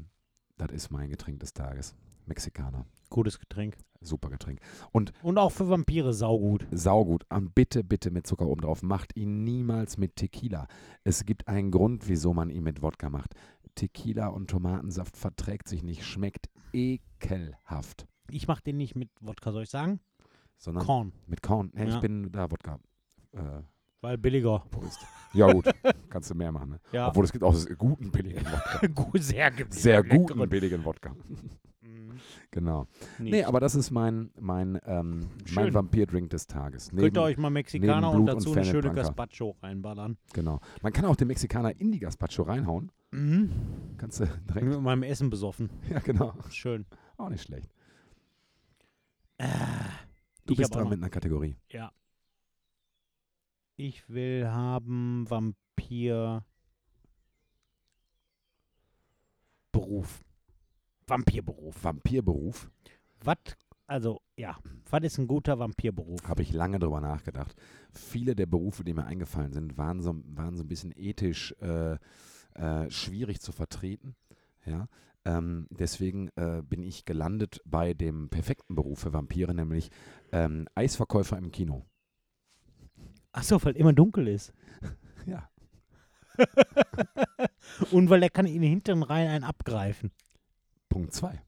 Speaker 2: das ist mein Getränk des Tages. Mexikaner.
Speaker 1: Gutes Getränk.
Speaker 2: Super Getränk.
Speaker 1: Und auch für Vampire saugut.
Speaker 2: saugut. Und bitte, bitte mit Zucker oben drauf. Macht ihn niemals mit Tequila. Es gibt einen Grund, wieso man ihn mit Wodka macht. Tequila und Tomatensaft verträgt sich nicht, schmeckt ekelhaft.
Speaker 1: Ich mache den nicht mit Wodka, soll ich sagen?
Speaker 2: Sondern
Speaker 1: Korn.
Speaker 2: mit Korn. Ja,
Speaker 1: Ja.
Speaker 2: Ich bin da Wodka. Äh,
Speaker 1: Weil billiger.
Speaker 2: Prost. Ja,
Speaker 1: [laughs]
Speaker 2: gut. Kannst du mehr machen. Ne?
Speaker 1: Ja,
Speaker 2: Obwohl es gibt auch guten billigen
Speaker 1: [laughs]
Speaker 2: Wodka.
Speaker 1: Gut, sehr gibt
Speaker 2: Sehr guten billigen Wodka. Genau.
Speaker 1: Nee,
Speaker 2: Nee, aber das ist mein, mein, ähm, mein
Speaker 1: Schön.
Speaker 2: Vampir-Drink des Tages.
Speaker 1: Könnt ihr
Speaker 2: Neben-
Speaker 1: euch mal Mexikaner
Speaker 2: neben
Speaker 1: und
Speaker 2: Blut
Speaker 1: dazu
Speaker 2: und
Speaker 1: eine schöne
Speaker 2: Fennepranker.
Speaker 1: Gazpacho reinballern.
Speaker 2: Genau. Man kann auch den Mexikaner in die Gazpacho reinhauen. Kannst du
Speaker 1: Bin
Speaker 2: direkt.
Speaker 1: Mit meinem Essen besoffen.
Speaker 2: [laughs] Ja, genau.
Speaker 1: Schön.
Speaker 2: Auch nicht schlecht. Du
Speaker 1: Ich
Speaker 2: bist
Speaker 1: hab auch
Speaker 2: dran
Speaker 1: noch-
Speaker 2: mit einer Kategorie.
Speaker 1: Ja. Ich will haben Vampir. Beruf. Vampirberuf.
Speaker 2: Oh, Vampirberuf.
Speaker 1: Was, also, ja, was ist ein guter Vampirberuf?
Speaker 2: Habe ich lange drüber nachgedacht. Viele der Berufe, die mir eingefallen sind, waren so, waren so ein bisschen ethisch äh, äh, schwierig zu vertreten. Ja? Ähm, deswegen äh, bin ich gelandet bei dem perfekten Beruf für Vampire, nämlich ähm, Eisverkäufer im Kino.
Speaker 1: Achso, weil immer dunkel ist.
Speaker 2: Ja.
Speaker 1: [laughs] Und weil der kann in den hinteren Reihen einen abgreifen.
Speaker 2: Punkt 2.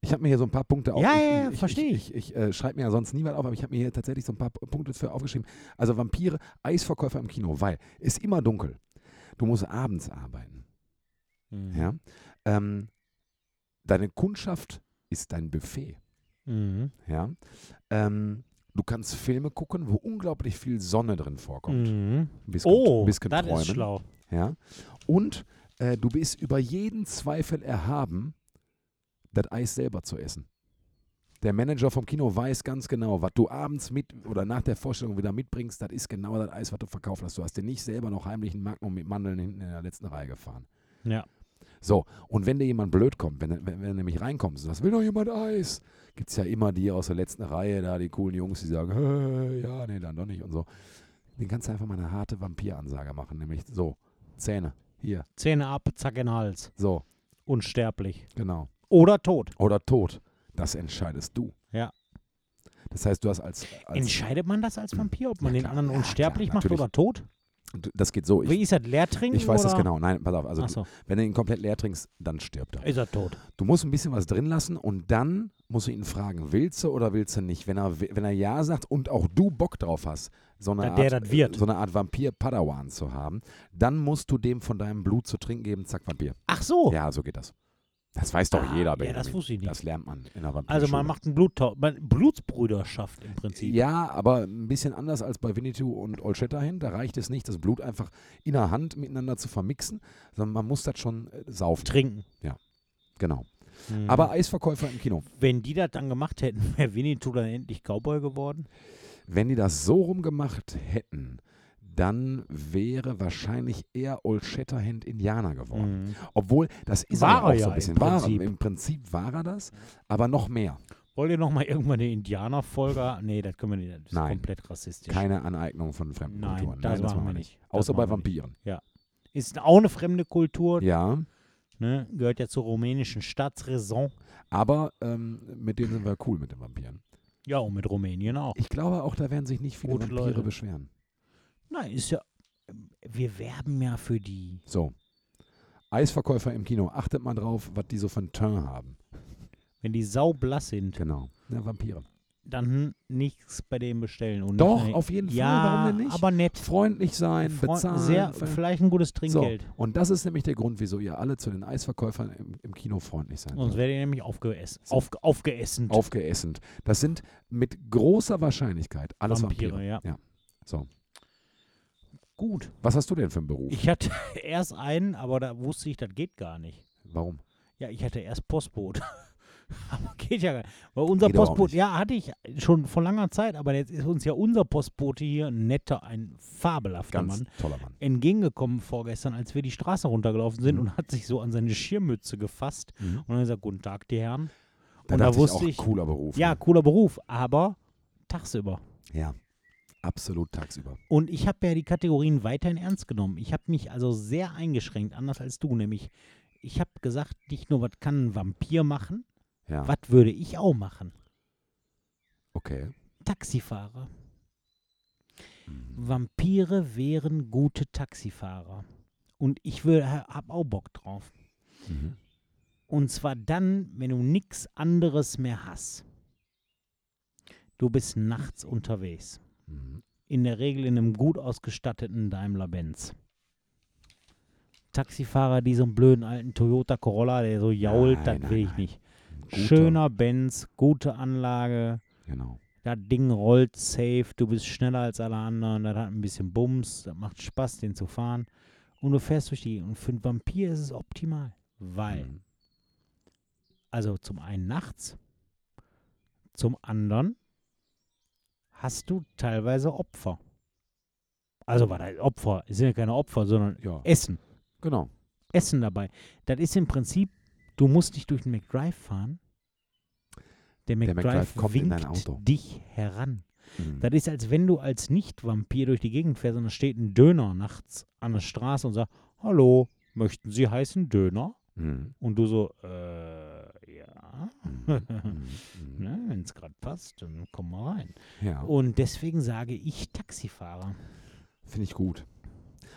Speaker 2: Ich habe mir hier so ein paar Punkte auf-
Speaker 1: Ja,
Speaker 2: ich-
Speaker 1: ja, ja,
Speaker 2: ich, ich,
Speaker 1: versteh
Speaker 2: Ich, ich, ich äh, schreibe mir ja sonst nie was auf, aber ich habe mir hier tatsächlich so ein paar P- Punkte für aufgeschrieben. Also Vampire, Eisverkäufer im Kino, weil ist immer dunkel. Du musst abends arbeiten.
Speaker 1: Mhm.
Speaker 2: Ja? Ähm, deine Kundschaft ist dein Buffet.
Speaker 1: Mhm.
Speaker 2: Ja? Ähm, du kannst Filme gucken, wo unglaublich viel Sonne drin vorkommt.
Speaker 1: Mhm.
Speaker 2: Ein bisschen,
Speaker 1: Oh,
Speaker 2: ein bisschen
Speaker 1: das
Speaker 2: träumen.
Speaker 1: ist schlau.
Speaker 2: Ja? Und äh, du bist über jeden Zweifel erhaben, das Eis selber zu essen. Der Manager vom Kino weiß ganz genau, was du abends mit oder nach der Vorstellung wieder mitbringst, das ist genau das Eis, was du verkauft hast. Du hast dir nicht selber noch heimlich einen Magnum mit Mandeln hinten in der letzten Reihe gefahren.
Speaker 1: Ja.
Speaker 2: So, und wenn dir jemand blöd kommt, wenn, wenn, wenn du nämlich reinkommst und sagst, will doch jemand Eis, gibt es ja immer die aus der letzten Reihe, da die coolen Jungs, die sagen, [laughs] "Hä, ja, nee, dann doch nicht und so. Den kannst du einfach mal eine harte Vampiransage machen, nämlich so, Zähne, hier,
Speaker 1: Zähne ab, zack in den Hals.
Speaker 2: so,
Speaker 1: Unsterblich.
Speaker 2: genau.
Speaker 1: Oder tot.
Speaker 2: Oder tot, das entscheidest du.
Speaker 1: Ja.
Speaker 2: Das heißt, du hast als, als
Speaker 1: Entscheidet man das als Vampir, ob man
Speaker 2: Also
Speaker 1: den
Speaker 2: Ja, klar.
Speaker 1: anderen
Speaker 2: Ja,
Speaker 1: unsterblich
Speaker 2: klar,
Speaker 1: macht
Speaker 2: natürlich.
Speaker 1: oder tot?
Speaker 2: du- das geht so, ich,
Speaker 1: Wie ist das, leer trinken?
Speaker 2: ich weiß
Speaker 1: oder?
Speaker 2: das genau, nein, pass auf, also
Speaker 1: Achso,
Speaker 2: wenn du ihn komplett leer trinkst, dann stirbt er.
Speaker 1: ist er tot.
Speaker 2: Du musst ein bisschen was drin lassen und dann musst du ihn fragen, willst du oder willst du nicht? Wenn er, wenn er ja sagt und auch du Bock drauf hast, so eine
Speaker 1: Na,
Speaker 2: Art,
Speaker 1: der das wird.
Speaker 2: so eine Art Vampir-Padawan zu haben, dann musst du dem von deinem Blut zu trinken geben, zack, Vampir.
Speaker 1: Ach so.
Speaker 2: Ja, so geht das. Das weiß doch
Speaker 1: Oh. Ah,
Speaker 2: jeder,
Speaker 1: Ja,
Speaker 2: Benjamin.
Speaker 1: das wusste ich nicht.
Speaker 2: Das lernt man in der Vampir.
Speaker 1: also man macht einen Bluttausch, Blutsbrüderschaft im Prinzip.
Speaker 2: Ja, aber ein bisschen anders als bei Winnetou und Old Shatterhand. Da reicht es nicht, das Blut einfach in der Hand miteinander zu vermixen, sondern man muss das schon äh, saufen.
Speaker 1: Trinken.
Speaker 2: Genau.
Speaker 1: Mhm.
Speaker 2: Aber Eisverkäufer im Kino.
Speaker 1: wenn die das dann gemacht hätten, [laughs] wäre Winnetou dann endlich Cowboy geworden.
Speaker 2: Wenn die das so rumgemacht hätten, dann wäre wahrscheinlich eher Old Shatterhand Indianer geworden.
Speaker 1: Mhm.
Speaker 2: Obwohl, das ist
Speaker 1: War
Speaker 2: er auch
Speaker 1: er ja
Speaker 2: so
Speaker 1: im
Speaker 2: ein bisschen. War,
Speaker 1: Prinzip.
Speaker 2: er- Im Prinzip war er das, aber noch mehr.
Speaker 1: Wollt ihr nochmal irgendwann eine Indianerfolge? Nee, das können wir nicht. Das ist
Speaker 2: Nein.
Speaker 1: komplett rassistisch.
Speaker 2: Keine ne? Aneignung von fremden
Speaker 1: Nein,
Speaker 2: Kulturen.
Speaker 1: das machen wir nicht. Das
Speaker 2: Außer bei
Speaker 1: machen wir
Speaker 2: Vampiren.
Speaker 1: Ist auch eine fremde Kultur,
Speaker 2: Ja,
Speaker 1: ne? gehört ja zur rumänischen Staatsräson.
Speaker 2: aber ähm, mit denen sind wir cool mit den Vampiren.
Speaker 1: Ja, und mit Rumänien auch.
Speaker 2: Ich glaube auch, da werden sich nicht viele
Speaker 1: Gute
Speaker 2: Vampire
Speaker 1: Leute.
Speaker 2: beschweren.
Speaker 1: Nein, ist ja. Wir werben ja für die.
Speaker 2: So. Eisverkäufer im Kino, achtet mal drauf, was die so für ein Turn haben.
Speaker 1: Wenn die saublass sind,
Speaker 2: Genau. Ja, Vampire.
Speaker 1: dann nichts bei denen bestellen. Und
Speaker 2: Doch,
Speaker 1: nicht,
Speaker 2: auf jeden Fall.
Speaker 1: ja,
Speaker 2: Warum denn nicht?
Speaker 1: aber nett.
Speaker 2: freundlich sein,
Speaker 1: Freund-
Speaker 2: bezahlen.
Speaker 1: sehr,
Speaker 2: ver-
Speaker 1: vielleicht ein gutes Trinkgeld.
Speaker 2: So, und das ist nämlich der Grund, wieso ihr alle zu den Eisverkäufern im, im Kino freundlich sein
Speaker 1: Sonst
Speaker 2: sollt.
Speaker 1: werdet ihr nämlich aufgeessen.
Speaker 2: So.
Speaker 1: Auf, aufgeessen.
Speaker 2: Aufgeessend. Das sind mit großer Wahrscheinlichkeit alles Vampire.
Speaker 1: Vampire, ja.
Speaker 2: Ja. So.
Speaker 1: Gut.
Speaker 2: Was hast du denn für einen Beruf?
Speaker 1: Ich hatte [laughs] erst einen, aber da wusste ich, das geht gar nicht.
Speaker 2: Warum?
Speaker 1: Ja, ich hatte erst Postbote. [laughs] aber geht ja gar nicht. Weil unser
Speaker 2: Geht doch auch
Speaker 1: Postbote,
Speaker 2: nicht.
Speaker 1: ja, hatte ich schon vor langer Zeit, aber jetzt ist uns ja unser Postbote hier ein netter, ein fabelhafter
Speaker 2: Ganz
Speaker 1: Mann
Speaker 2: toller Mann.
Speaker 1: entgegengekommen vorgestern, als wir die Straße runtergelaufen sind
Speaker 2: Mhm.
Speaker 1: und hat sich so an seine Schirmmütze gefasst
Speaker 2: Mhm.
Speaker 1: und hat gesagt, guten Tag, die Herren.
Speaker 2: Da
Speaker 1: und da
Speaker 2: dachte
Speaker 1: wusste
Speaker 2: ich
Speaker 1: ich-
Speaker 2: auch, cooler Beruf.
Speaker 1: Ja,
Speaker 2: ne?
Speaker 1: cooler Beruf, aber tagsüber.
Speaker 2: ja. Absolut tagsüber.
Speaker 1: Und ich habe ja die Kategorien weiterhin ernst genommen. Ich habe mich also sehr eingeschränkt, anders als du, nämlich ich habe gesagt, nicht nur, was kann ein Vampir machen,
Speaker 2: Ja.
Speaker 1: was würde ich auch machen?
Speaker 2: Okay.
Speaker 1: Taxifahrer.
Speaker 2: Mhm.
Speaker 1: Vampire wären gute Taxifahrer. Und ich habe auch Bock drauf.
Speaker 2: Mhm.
Speaker 1: Und zwar dann, wenn du nichts anderes mehr hast. Du bist nachts unterwegs.
Speaker 2: Mhm.
Speaker 1: in der Regel in einem gut ausgestatteten Daimler-Benz. Taxifahrer, die so einen blöden alten Toyota Corolla, der so jault,
Speaker 2: Nein,
Speaker 1: das
Speaker 2: nein,
Speaker 1: will ich
Speaker 2: nein.
Speaker 1: nicht.
Speaker 2: Guter,
Speaker 1: Schöner Benz, gute Anlage,
Speaker 2: Genau.
Speaker 1: das Ding rollt safe, du bist schneller als alle anderen, das hat ein bisschen Bums, das macht Spaß, den zu fahren. Und du fährst durch die Gegend. Und für einen Vampir ist es optimal, weil
Speaker 2: Mhm.
Speaker 1: also zum einen nachts, zum anderen hast du teilweise Opfer. Also was heißt Opfer, es sind ja keine Opfer, sondern
Speaker 2: Ja,
Speaker 1: Essen.
Speaker 2: genau.
Speaker 1: Essen dabei. Das ist im Prinzip, du musst nicht durch den McDrive fahren. Der McDrive,
Speaker 2: McDrive kommt in
Speaker 1: winkt
Speaker 2: dein Auto.
Speaker 1: dich heran.
Speaker 2: Mhm.
Speaker 1: Das ist, als wenn du als Nicht-Vampir durch die Gegend fährst und da steht ein Döner nachts an der Straße und sagt, hallo, möchten Sie heißen Döner?
Speaker 2: Mhm.
Speaker 1: Und du so, äh, ja.
Speaker 2: Mhm. Mhm.
Speaker 1: Ne, Wenn es gerade passt, dann komm mal rein.
Speaker 2: Ja.
Speaker 1: Und deswegen sage ich Taxifahrer.
Speaker 2: Finde ich gut.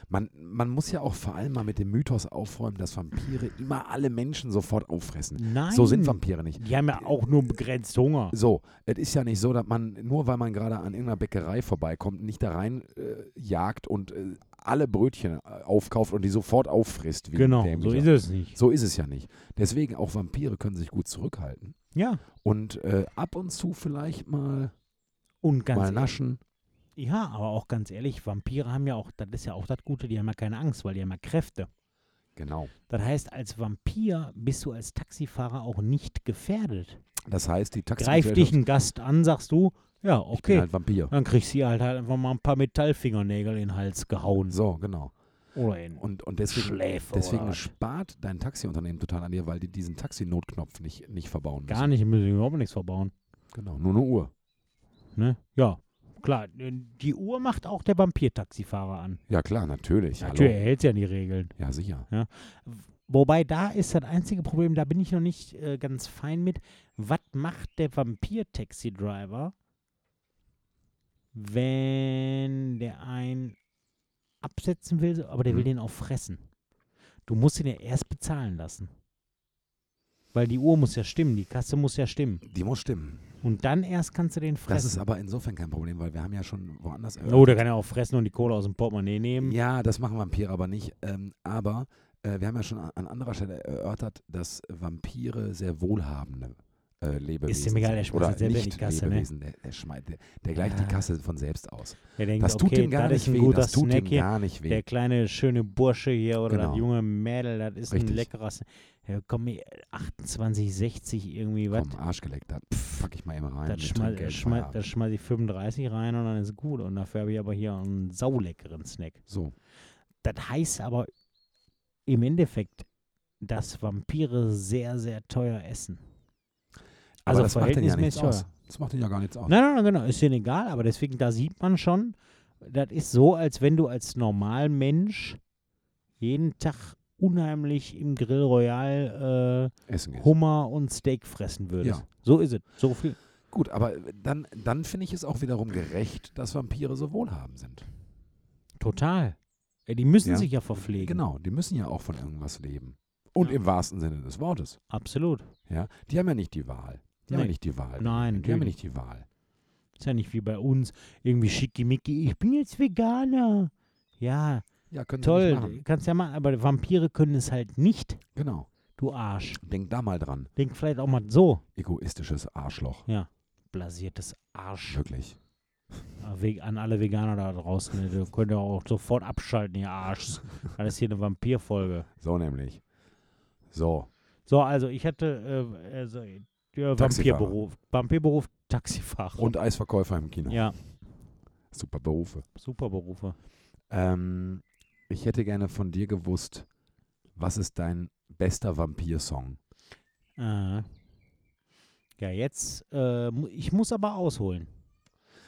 Speaker 2: Man, man muss ja auch vor allem mal mit dem Mythos aufräumen, dass Vampire immer alle Menschen sofort auffressen.
Speaker 1: Nein.
Speaker 2: So sind Vampire nicht.
Speaker 1: Die haben ja auch nur begrenzt Hunger.
Speaker 2: So, es ist ja nicht so, dass man, nur weil man gerade an irgendeiner Bäckerei vorbeikommt, nicht da rein äh, jagt und äh, alle Brötchen äh, aufkauft und die sofort auffrisst. Wie
Speaker 1: Genau,
Speaker 2: ein
Speaker 1: so
Speaker 2: Dämlicher.
Speaker 1: ist es nicht.
Speaker 2: So ist es ja nicht. Deswegen, auch Vampire können sich gut zurückhalten.
Speaker 1: Ja,
Speaker 2: Und äh, ab und zu vielleicht mal,
Speaker 1: und ganz
Speaker 2: mal naschen.
Speaker 1: ehrlich- Ja, aber auch ganz ehrlich, Vampire haben ja auch, das ist ja auch das Gute, die haben ja keine Angst, weil die haben ja Kräfte.
Speaker 2: Genau.
Speaker 1: Das heißt, als Vampir bist du als Taxifahrer auch nicht gefährdet.
Speaker 2: Das heißt, die
Speaker 1: Greif dich
Speaker 2: Taxigesellschaft,
Speaker 1: ein Gast an, sagst du, ja,
Speaker 2: ich bin
Speaker 1: okay.
Speaker 2: halt Vampir.
Speaker 1: Dann kriegst du halt, halt einfach mal ein paar Metallfingernägel in den Hals gehauen.
Speaker 2: So, genau.
Speaker 1: Oder in
Speaker 2: Und, und deswegen,
Speaker 1: Schläfe oder
Speaker 2: deswegen
Speaker 1: was?
Speaker 2: spart dein Taxiunternehmen total an dir, weil die diesen Taxinotknopf nicht, nicht verbauen
Speaker 1: Gar
Speaker 2: müssen.
Speaker 1: nicht, müssen wir überhaupt nichts verbauen.
Speaker 2: Genau, nur eine Uhr.
Speaker 1: Ne? Ja, klar. Äh, Die Uhr macht auch der Vampir-Taxifahrer an.
Speaker 2: Ja, klar, natürlich.
Speaker 1: Natürlich, er hält ja an die Regeln.
Speaker 2: Hallo. Ja, sicher.
Speaker 1: Wobei da ist das einzige Problem, da bin ich noch nicht äh, ganz fein mit. Was macht der Vampir-Taxi-Driver, wenn der einen absetzen will, aber der will
Speaker 2: Hm.
Speaker 1: den auch fressen? Du musst ihn ja erst bezahlen lassen. Weil die Uhr muss ja stimmen, die Kasse muss ja stimmen.
Speaker 2: Die muss stimmen.
Speaker 1: Und dann erst kannst du den fressen.
Speaker 2: Das ist aber insofern kein Problem, weil wir haben ja schon woanders.
Speaker 1: Oh, der kann ja auch fressen und die Kohle aus dem Portemonnaie nehmen.
Speaker 2: ja, das machen Vampire aber nicht. Ähm, aber äh, wir haben ja schon an, an anderer Stelle erörtert, dass Vampire sehr wohlhabende äh, Lebewesen
Speaker 1: Ist dem egal, der
Speaker 2: sind.
Speaker 1: schmeißt
Speaker 2: Oder
Speaker 1: das selber in die
Speaker 2: nicht
Speaker 1: Kasse, ne?
Speaker 2: Lebewesen, der, der, schmeißt, der, der gleicht
Speaker 1: Ja.
Speaker 2: die Kasse von selbst aus.
Speaker 1: Der denkt,
Speaker 2: Das tut
Speaker 1: okay,
Speaker 2: dem gar
Speaker 1: das
Speaker 2: nicht
Speaker 1: ist ein
Speaker 2: weh.
Speaker 1: guter
Speaker 2: Das tut
Speaker 1: Snack
Speaker 2: dem
Speaker 1: hier.
Speaker 2: gar nicht weh.
Speaker 1: Der kleine, schöne Bursche hier oder
Speaker 2: Genau.
Speaker 1: das junge Mädel, das ist ein
Speaker 2: Richtig.
Speaker 1: leckerer Snack. Ja, komm, hier, 28, 60 irgendwie, was?
Speaker 2: Komm, ah, Arsch geleckt, da pack ich mal eben rein.
Speaker 1: Das
Speaker 2: mit
Speaker 1: schmeiße
Speaker 2: Trinkgeld,
Speaker 1: schmeiß,
Speaker 2: Feierabend.
Speaker 1: das schmeiß ich 35 rein und dann ist gut. Und dafür habe ich aber hier einen sauleckeren Snack.
Speaker 2: So,
Speaker 1: Das heißt aber im Endeffekt, dass Vampire sehr, sehr teuer essen.
Speaker 2: aber
Speaker 1: Also
Speaker 2: das macht denen ja nichts
Speaker 1: verhältnismäßig
Speaker 2: aus.
Speaker 1: teuer.
Speaker 2: Das macht denen ja gar nichts aus.
Speaker 1: Nein, nein, nein, genau, ist denen egal, aber deswegen, da sieht man schon, das ist so, als wenn du als Normalmensch jeden Tag unheimlich im Grill Royal
Speaker 2: Essen
Speaker 1: äh,
Speaker 2: geht's.
Speaker 1: Hummer und Steak fressen würdest.
Speaker 2: Ja.
Speaker 1: So ist es. So viel.
Speaker 2: Gut, aber äh, dann, dann finde ich es auch wiederum gerecht, dass Vampire so wohlhabend sind.
Speaker 1: Total. Ja, die müssen
Speaker 2: Ja.
Speaker 1: sich ja verpflegen.
Speaker 2: Genau, die müssen ja auch von irgendwas leben. Und
Speaker 1: Ja.
Speaker 2: im wahrsten Sinne des Wortes.
Speaker 1: Absolut.
Speaker 2: Ja? Die haben ja nicht die Wahl. Die haben
Speaker 1: Nee.
Speaker 2: ja nicht die
Speaker 1: Nein,
Speaker 2: Wahl. die Also, haben ja
Speaker 1: natürlich.
Speaker 2: nicht die Wahl.
Speaker 1: Ist ja nicht wie bei uns. Irgendwie schickimicki, ich bin jetzt Veganer. Ja,
Speaker 2: Ja, können sie nicht
Speaker 1: toll.
Speaker 2: machen.
Speaker 1: Kannst ja machen, aber Vampire können es halt nicht.
Speaker 2: Genau.
Speaker 1: Du Arsch.
Speaker 2: Denk da mal dran.
Speaker 1: Denk vielleicht auch mal so.
Speaker 2: Egoistisches Arschloch.
Speaker 1: Blasiertes Arsch.
Speaker 2: Wirklich.
Speaker 1: Weg- An alle Veganer da draußen, ne, ihr könnt ja auch sofort abschalten, ihr Arschs. Das ist hier eine Vampirfolge.
Speaker 2: So nämlich. So.
Speaker 1: So, also ich hatte äh, also, äh,
Speaker 2: Taxifahrer.
Speaker 1: Vampirberuf. Vampirberuf, Taxifahrer.
Speaker 2: Und Eisverkäufer im Kino.
Speaker 1: ja,
Speaker 2: Super Berufe.
Speaker 1: super Berufe.
Speaker 2: Ähm, ich hätte gerne von dir gewusst, was ist dein bester Vampir-Song?
Speaker 1: Äh. Ja, jetzt, äh, mu- ich muss aber ausholen.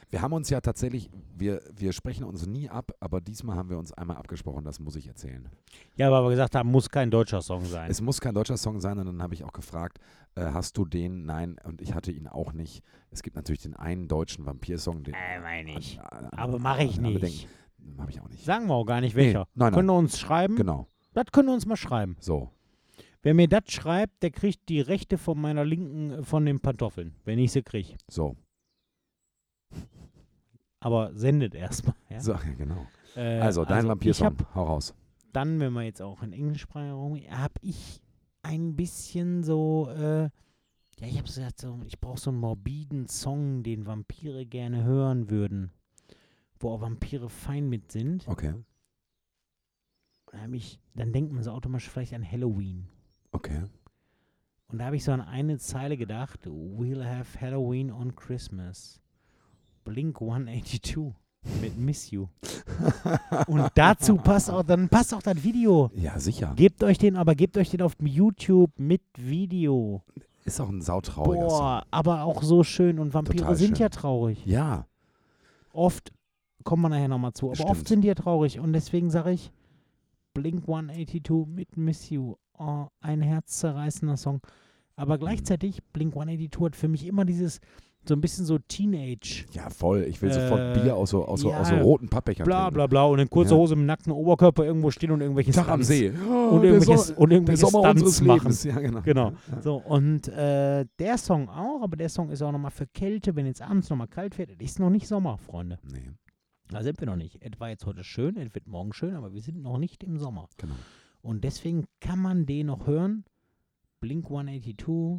Speaker 2: Wir haben uns ja tatsächlich, wir, wir sprechen uns nie ab, aber diesmal haben wir uns einmal abgesprochen, das muss ich erzählen.
Speaker 1: Ja, weil wir gesagt haben, muss kein deutscher Song sein.
Speaker 2: Es muss kein deutscher Song sein und dann habe ich auch gefragt, äh, hast du den? Nein, und ich hatte ihn auch nicht. Es gibt natürlich den einen deutschen Vampir-Song, den.
Speaker 1: äh, meine ich.
Speaker 2: an- an-
Speaker 1: Aber mache ich
Speaker 2: an- an- bedenken-
Speaker 1: nicht.
Speaker 2: Habe ich auch nicht.
Speaker 1: Sagen wir auch gar nicht
Speaker 2: Nee,
Speaker 1: welcher.
Speaker 2: nein, nein.
Speaker 1: Können wir uns schreiben?
Speaker 2: Genau,
Speaker 1: Das können wir uns mal schreiben.
Speaker 2: so.
Speaker 1: Wer mir das schreibt, der kriegt die Rechte von meiner linken, äh, von den Pantoffeln, wenn ich sie kriege.
Speaker 2: So,
Speaker 1: aber sendet erstmal. Ja?
Speaker 2: So, [laughs] ja, genau.
Speaker 1: Äh,
Speaker 2: Also, dein
Speaker 1: Ich
Speaker 2: Vampir-Song,
Speaker 1: hab
Speaker 2: hau raus.
Speaker 1: dann, wenn wir jetzt auch in englischsprachiger Raum, habe ich ein bisschen so, äh, ja, ich habe gesagt, so, ich brauche so einen morbiden Song, den Vampire gerne hören würden, wo auch Vampire fein mit sind.
Speaker 2: Okay,
Speaker 1: Da hab ich, dann denkt man so automatisch vielleicht an Halloween.
Speaker 2: okay.
Speaker 1: Und da habe ich so an eine Zeile gedacht, we'll have Halloween on Christmas. Blink 182 mit Miss
Speaker 2: [laughs]
Speaker 1: You. Und dazu passt auch, dann passt auch das Video.
Speaker 2: Ja, sicher.
Speaker 1: Gebt euch den, aber gebt euch den auf YouTube mit Video.
Speaker 2: Ist auch ein sautrauriger Song.
Speaker 1: Boah, aber auch so schön. Und Vampire
Speaker 2: Total
Speaker 1: sind
Speaker 2: schön.
Speaker 1: ja traurig.
Speaker 2: Ja,
Speaker 1: Oft, kommen wir nachher nochmal zu, aber oft
Speaker 2: Stimmt.
Speaker 1: sind die ja traurig. Und deswegen sage ich, Blink 182 mit Miss You. Oh, ein herzzerreißender Song.
Speaker 2: Mhm.
Speaker 1: Aber gleichzeitig, Blink 182 hat für mich immer dieses, so ein bisschen so Teenage.
Speaker 2: ja, voll. Ich will
Speaker 1: Äh,
Speaker 2: sofort Bier aus so, aus so, aus so
Speaker 1: ja.
Speaker 2: roten Pappbechern
Speaker 1: Bla
Speaker 2: trinken.
Speaker 1: bla bla. Und in kurzer
Speaker 2: genau. Ja.
Speaker 1: Hose im nackten Oberkörper irgendwo stehen und irgendwelche
Speaker 2: Tag am
Speaker 1: Stunts.
Speaker 2: See.
Speaker 1: Und irgendwelches, und
Speaker 2: Oh, der
Speaker 1: irgendwelche
Speaker 2: Sommer unseres
Speaker 1: Stunts machen.
Speaker 2: Lebens. Ja, genau.
Speaker 1: Genau. So, und äh, der Song auch, aber der Song ist auch nochmal für Kälte, wenn jetzt abends nochmal kalt wird. Es ist noch nicht Sommer, Freunde.
Speaker 2: Nee,
Speaker 1: Da sind wir noch nicht. Es war jetzt heute schön, es wird morgen schön, aber wir sind noch nicht im Sommer.
Speaker 2: genau.
Speaker 1: Und deswegen kann man den noch hören. Blink 182,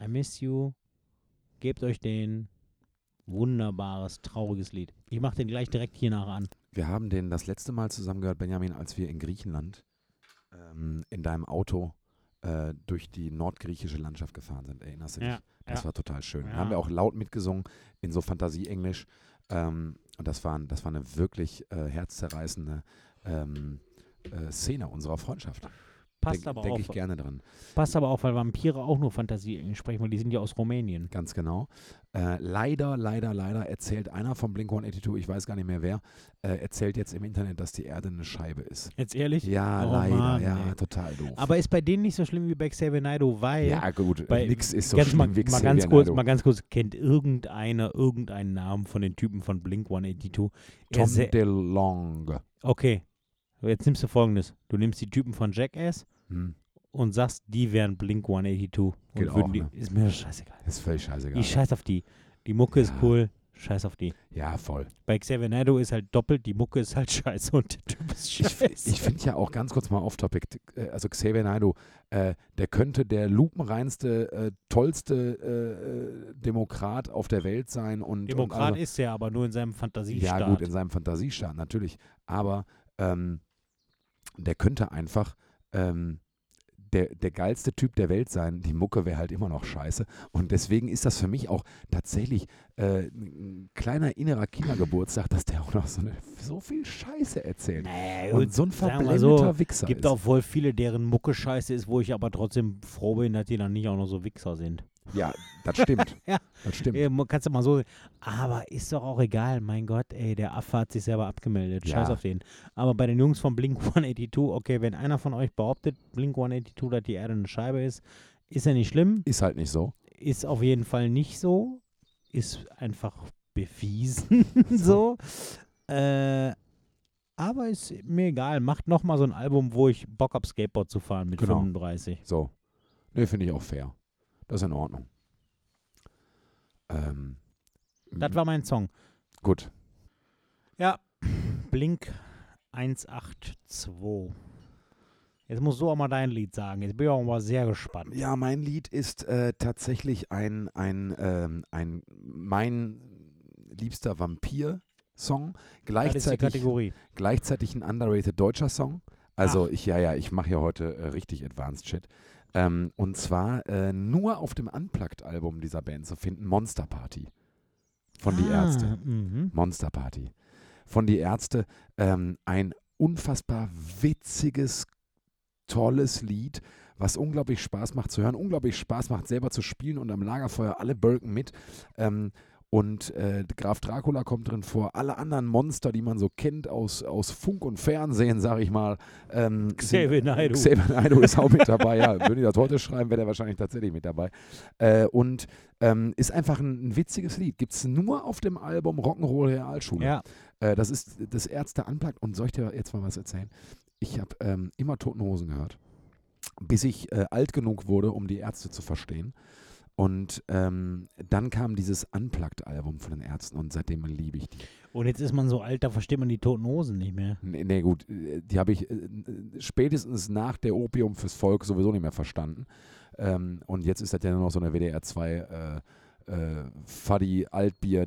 Speaker 1: I Miss You, gebt euch den. Wunderbares, trauriges Lied. Ich mache den gleich direkt hier nachher an.
Speaker 2: Wir haben den das letzte Mal zusammen gehört, Benjamin, als wir in Griechenland ähm, in deinem Auto äh, durch die nordgriechische Landschaft gefahren sind. Erinnerst du dich?
Speaker 1: Ja,
Speaker 2: Das
Speaker 1: ja.
Speaker 2: war total schön. Da
Speaker 1: Ja.
Speaker 2: haben wir auch laut mitgesungen in so Fantasie-Englisch. Ähm, und das war, das war eine wirklich äh, herzzerreißende ähm, äh, Szene unserer Freundschaft.
Speaker 1: Passt,
Speaker 2: Denk-
Speaker 1: aber,
Speaker 2: Denke ich
Speaker 1: auch,
Speaker 2: gerne dran.
Speaker 1: passt aber auch, weil Vampire auch nur Fantasie sprechen, weil die sind ja aus Rumänien.
Speaker 2: Ganz genau. Äh, leider, leider, leider erzählt einer vom Blink-182, ich weiß gar nicht mehr wer, äh, erzählt jetzt im Internet, dass die Erde eine Scheibe ist.
Speaker 1: Jetzt ehrlich?
Speaker 2: Ja,
Speaker 1: Oh
Speaker 2: leider,
Speaker 1: Mann,
Speaker 2: ja,
Speaker 1: ey.
Speaker 2: total doof.
Speaker 1: Aber ist bei denen nicht so schlimm wie bei Xavier Naidoo, weil
Speaker 2: ja, gut,
Speaker 1: bei-
Speaker 2: nix ist so
Speaker 1: ganz,
Speaker 2: schlimm
Speaker 1: mal, mal
Speaker 2: wie
Speaker 1: ganz
Speaker 2: Xavier
Speaker 1: kurz,
Speaker 2: Naidoo.
Speaker 1: mal ganz kurz, kennt irgendeiner irgendeinen Namen von den Typen von Blink 182? Er
Speaker 2: Tom
Speaker 1: se-
Speaker 2: DeLonge.
Speaker 1: okay, jetzt nimmst du folgendes: Du nimmst die Typen von Jackass
Speaker 2: Hm,
Speaker 1: und sagst, die wären Blink 182. Und
Speaker 2: Geht
Speaker 1: würden
Speaker 2: auch,
Speaker 1: die,
Speaker 2: ne?
Speaker 1: Ist mir scheißegal.
Speaker 2: ist völlig scheißegal.
Speaker 1: Ich scheiß auf die. Die Mucke ist
Speaker 2: Ja.
Speaker 1: cool, scheiß auf die.
Speaker 2: ja, voll.
Speaker 1: [laughs] Bei Xavier Naidoo ist halt doppelt, die Mucke ist halt [laughs] scheiße und der Typ ist
Speaker 2: Ich,
Speaker 1: scheiße.
Speaker 2: ich finde ja auch ganz kurz mal off-topic, äh, also Xavier Naidoo, äh, der könnte der lupenreinste, äh, tollste äh, äh, Demokrat auf der Welt sein. Und, und
Speaker 1: Demokrat
Speaker 2: also,
Speaker 1: ist er, aber nur in seinem Fantasiestaat.
Speaker 2: Ja, gut, in seinem Fantasiestaat, natürlich. Aber ähm, der könnte einfach ähm, der, der geilste Typ der Welt sein. Die Mucke wäre halt immer noch scheiße. Und deswegen ist das für mich auch tatsächlich äh, ein kleiner innerer Kindergeburtstag, dass der auch noch so, eine, so viel Scheiße erzählt.
Speaker 1: Naja,
Speaker 2: Und so ein
Speaker 1: sagen wir
Speaker 2: verblendeter
Speaker 1: so,
Speaker 2: Wichser
Speaker 1: Gibt
Speaker 2: ist.
Speaker 1: auch wohl viele, deren Mucke scheiße ist, wo ich aber trotzdem froh bin, dass die dann nicht auch noch so Wichser sind.
Speaker 2: Ja, das stimmt.
Speaker 1: [laughs] Ja.
Speaker 2: Das stimmt.
Speaker 1: Äh, mu- kannst du mal so sehen. Aber ist doch auch egal, mein Gott, ey, der Affe hat sich selber abgemeldet. Scheiß
Speaker 2: Ja.
Speaker 1: auf den. Aber bei den Jungs von Blink 182, okay, wenn einer von euch behauptet, Blink 182, dass die Erde eine Scheibe ist, ist ja nicht schlimm.
Speaker 2: Ist halt nicht so.
Speaker 1: Ist auf jeden Fall nicht so. Ist einfach bewiesen. [laughs] so. Äh, aber ist mir egal. Macht nochmal so ein Album, wo ich Bock hab, Skateboard zu fahren mit
Speaker 2: Genau.
Speaker 1: 35.
Speaker 2: So. Nee, finde ich auch fair. Das ist in Ordnung. Ähm,
Speaker 1: Das war mein Song.
Speaker 2: gut.
Speaker 1: Ja. Blink 182. Jetzt musst du auch mal dein Lied sagen. Jetzt bin ich auch mal sehr gespannt.
Speaker 2: Ja, mein Lied ist äh, tatsächlich ein, ein, ähm, ein mein liebster Vampir-Song.
Speaker 1: Das ist die
Speaker 2: Gleichzeitig,
Speaker 1: Kategorie.
Speaker 2: gleichzeitig ein underrated deutscher Song. Also ich, ja, ja, ich mache ja heute äh, richtig Advanced Shit. Ähm, und zwar äh, nur auf dem Unplugged-Album dieser Band zu finden, Monster Party. Von die
Speaker 1: Ah,
Speaker 2: Ärzte.
Speaker 1: Mhm.
Speaker 2: Monster Party. Von Die Ärzte ähm, ein unfassbar witziges, tolles Lied, was unglaublich Spaß macht zu hören, unglaublich Spaß macht selber zu spielen und am Lagerfeuer alle Birken mit. Ähm, und äh, Graf Dracula kommt drin vor, alle anderen Monster, die man so kennt aus, aus Funk und Fernsehen, sag ich mal. Ähm,
Speaker 1: Xavier
Speaker 2: sind-
Speaker 1: Naidoo.
Speaker 2: Xavier Naidoo ist auch mit dabei, ja. Würde ich das heute schreiben, wäre er wahrscheinlich tatsächlich mit dabei. Äh, und ähm, ist einfach ein, ein witziges Lied. Gibt es nur auf dem Album Rock'n'Roll Realschule.
Speaker 1: Ja.
Speaker 2: Äh, das ist das Ärzte anplagt. Und soll ich dir jetzt mal was erzählen? Ich habe ähm, immer Toten Hosen gehört, bis ich äh, alt genug wurde, um die Ärzte zu verstehen. Und ähm, dann kam dieses Unplugged-Album von den Ärzten und seitdem liebe ich die.
Speaker 1: Und jetzt ist man so alt, da versteht man die toten Hosen nicht mehr.
Speaker 2: Nee, nee gut, äh, die habe ich äh, äh, spätestens nach der Opium fürs Volk sowieso nicht mehr verstanden. Ähm, und jetzt ist das ja nur noch so eine WDR 2 äh, äh, Fuddy Altbier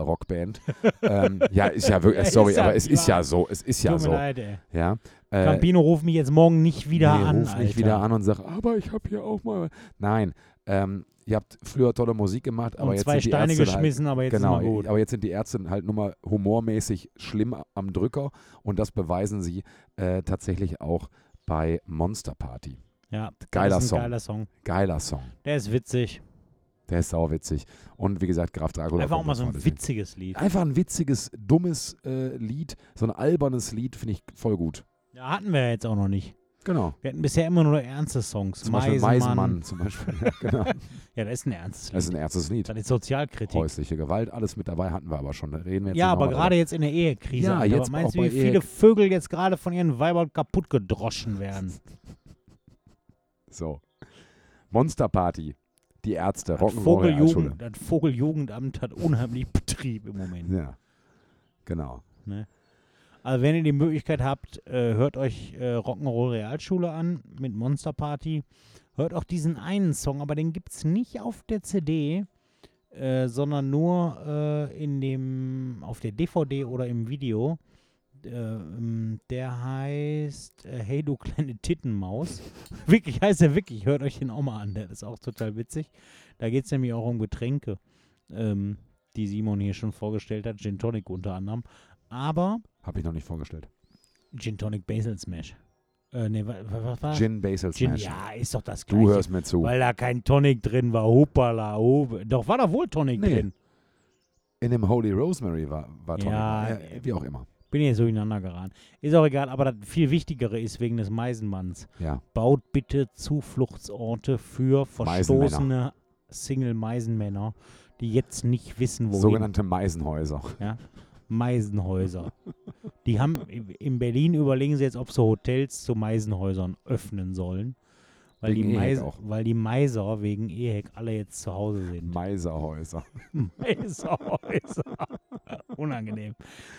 Speaker 1: [laughs]
Speaker 2: Rockband. ähm, ja, ist ja wirklich,
Speaker 1: Ja, [laughs]
Speaker 2: sorry,
Speaker 1: ist ja
Speaker 2: aber es ist ja
Speaker 1: wahr.
Speaker 2: so, es ist
Speaker 1: Tut
Speaker 2: ja
Speaker 1: mir
Speaker 2: so.
Speaker 1: leid, ey.
Speaker 2: Ja, äh,
Speaker 1: Campino ruft mich jetzt morgen nicht wieder
Speaker 2: nee,
Speaker 1: an.
Speaker 2: Ruf
Speaker 1: Alter.
Speaker 2: nicht wieder an und sag, aber ich habe hier auch mal. Nein, ähm, ihr habt früher tolle Musik gemacht, aber
Speaker 1: und
Speaker 2: jetzt
Speaker 1: zwei
Speaker 2: sind die
Speaker 1: Steine
Speaker 2: Ärzte
Speaker 1: geschmissen, aber
Speaker 2: Halt,
Speaker 1: jetzt
Speaker 2: genau,
Speaker 1: ist mal gut.
Speaker 2: aber jetzt sind die Ärzte halt nur mal humormäßig schlimm am Drücker und das beweisen sie äh, tatsächlich auch bei Monster Party.
Speaker 1: Ja,
Speaker 2: Geiler
Speaker 1: das ist ein
Speaker 2: Song.
Speaker 1: geiler Song.
Speaker 2: Geiler Song.
Speaker 1: Der ist witzig.
Speaker 2: Der ist sauwitzig. Und wie gesagt, Graf Dracula.
Speaker 1: Einfach auch
Speaker 2: von
Speaker 1: mal so ein
Speaker 2: Fantasy.
Speaker 1: witziges Lied.
Speaker 2: Einfach ein witziges, dummes äh, Lied, so ein albernes Lied finde ich voll gut.
Speaker 1: Ja, hatten wir ja jetzt auch noch nicht.
Speaker 2: Genau.
Speaker 1: Wir hatten bisher immer nur ernste Songs.
Speaker 2: Zum Beispiel
Speaker 1: Meisenmann.
Speaker 2: Meisenmann zum Beispiel. Ja,
Speaker 1: [laughs]
Speaker 2: genau.
Speaker 1: Ja, das ist ein ernstes Lied.
Speaker 2: Das ist ein ernstes Lied.
Speaker 1: Das ist Sozialkritik.
Speaker 2: Häusliche Gewalt, alles mit dabei hatten wir aber schon. Da reden wir jetzt
Speaker 1: ja,
Speaker 2: nicht
Speaker 1: aber
Speaker 2: nochmal
Speaker 1: gerade jetzt in der Ehekrise.
Speaker 2: Ja,
Speaker 1: Alter.
Speaker 2: jetzt
Speaker 1: aber meinst
Speaker 2: auch
Speaker 1: du, wie
Speaker 2: bei
Speaker 1: viele
Speaker 2: Ehe-
Speaker 1: Vögel jetzt gerade von ihren Weibern kaputt gedroschen werden?
Speaker 2: drüber. So. Monster Party. Die Ärzte.
Speaker 1: Das
Speaker 2: Rock'n'Roll Realschule.
Speaker 1: Vogeljugend, das Vogeljugendamt hat unheimlich Betrieb im Moment.
Speaker 2: Ja. Genau.
Speaker 1: Also wenn ihr die Möglichkeit habt, äh, hört euch äh, Rock'n'Roll Realschule an mit Monster Party. Hört auch diesen einen Song, aber den gibt es nicht auf der CD, äh, sondern nur äh, in dem, auf der DVD oder im Video. Äh, ähm, der heißt äh, Hey du kleine Tittenmaus. [laughs] wirklich heißt er wirklich. Hört euch den auch mal an. Der ist auch total witzig. Da geht es nämlich auch um Getränke, ähm, die Simon hier schon vorgestellt hat. Gin Tonic unter anderem. Aber
Speaker 2: Habe ich noch nicht vorgestellt.
Speaker 1: Gin Tonic Basil Smash. Äh, nee, was, was war
Speaker 2: Gin Basil
Speaker 1: Gin,
Speaker 2: Smash.
Speaker 1: ja, ist doch das gleiche.
Speaker 2: du hörst mir zu.
Speaker 1: Weil da kein Tonic drin war. Hoppala, hopp. Doch, war da wohl Tonic
Speaker 2: Nee.
Speaker 1: drin.
Speaker 2: In dem Holy Rosemary war, war Tonic.
Speaker 1: Ja, äh,
Speaker 2: Ja, wie auch immer.
Speaker 1: Bin hier so ineinander geraten. Ist auch egal, aber das viel Wichtigere ist wegen des Meisenmanns.
Speaker 2: Ja.
Speaker 1: Baut bitte Zufluchtsorte für verstoßene Single-Meisenmänner, die jetzt nicht wissen, wohin.
Speaker 2: Sogenannte Meisenhäuser.
Speaker 1: Meisenhäuser. Die haben in Berlin überlegen sie jetzt, ob sie Hotels zu Meisenhäusern öffnen sollen. Weil, die,
Speaker 2: Wegen Ehek
Speaker 1: Meis
Speaker 2: auch.
Speaker 1: weil die Meiser wegen Ehek alle jetzt zu Hause sind.
Speaker 2: Meiserhäuser.
Speaker 1: Meiserhäuser. [laughs] Unangenehm.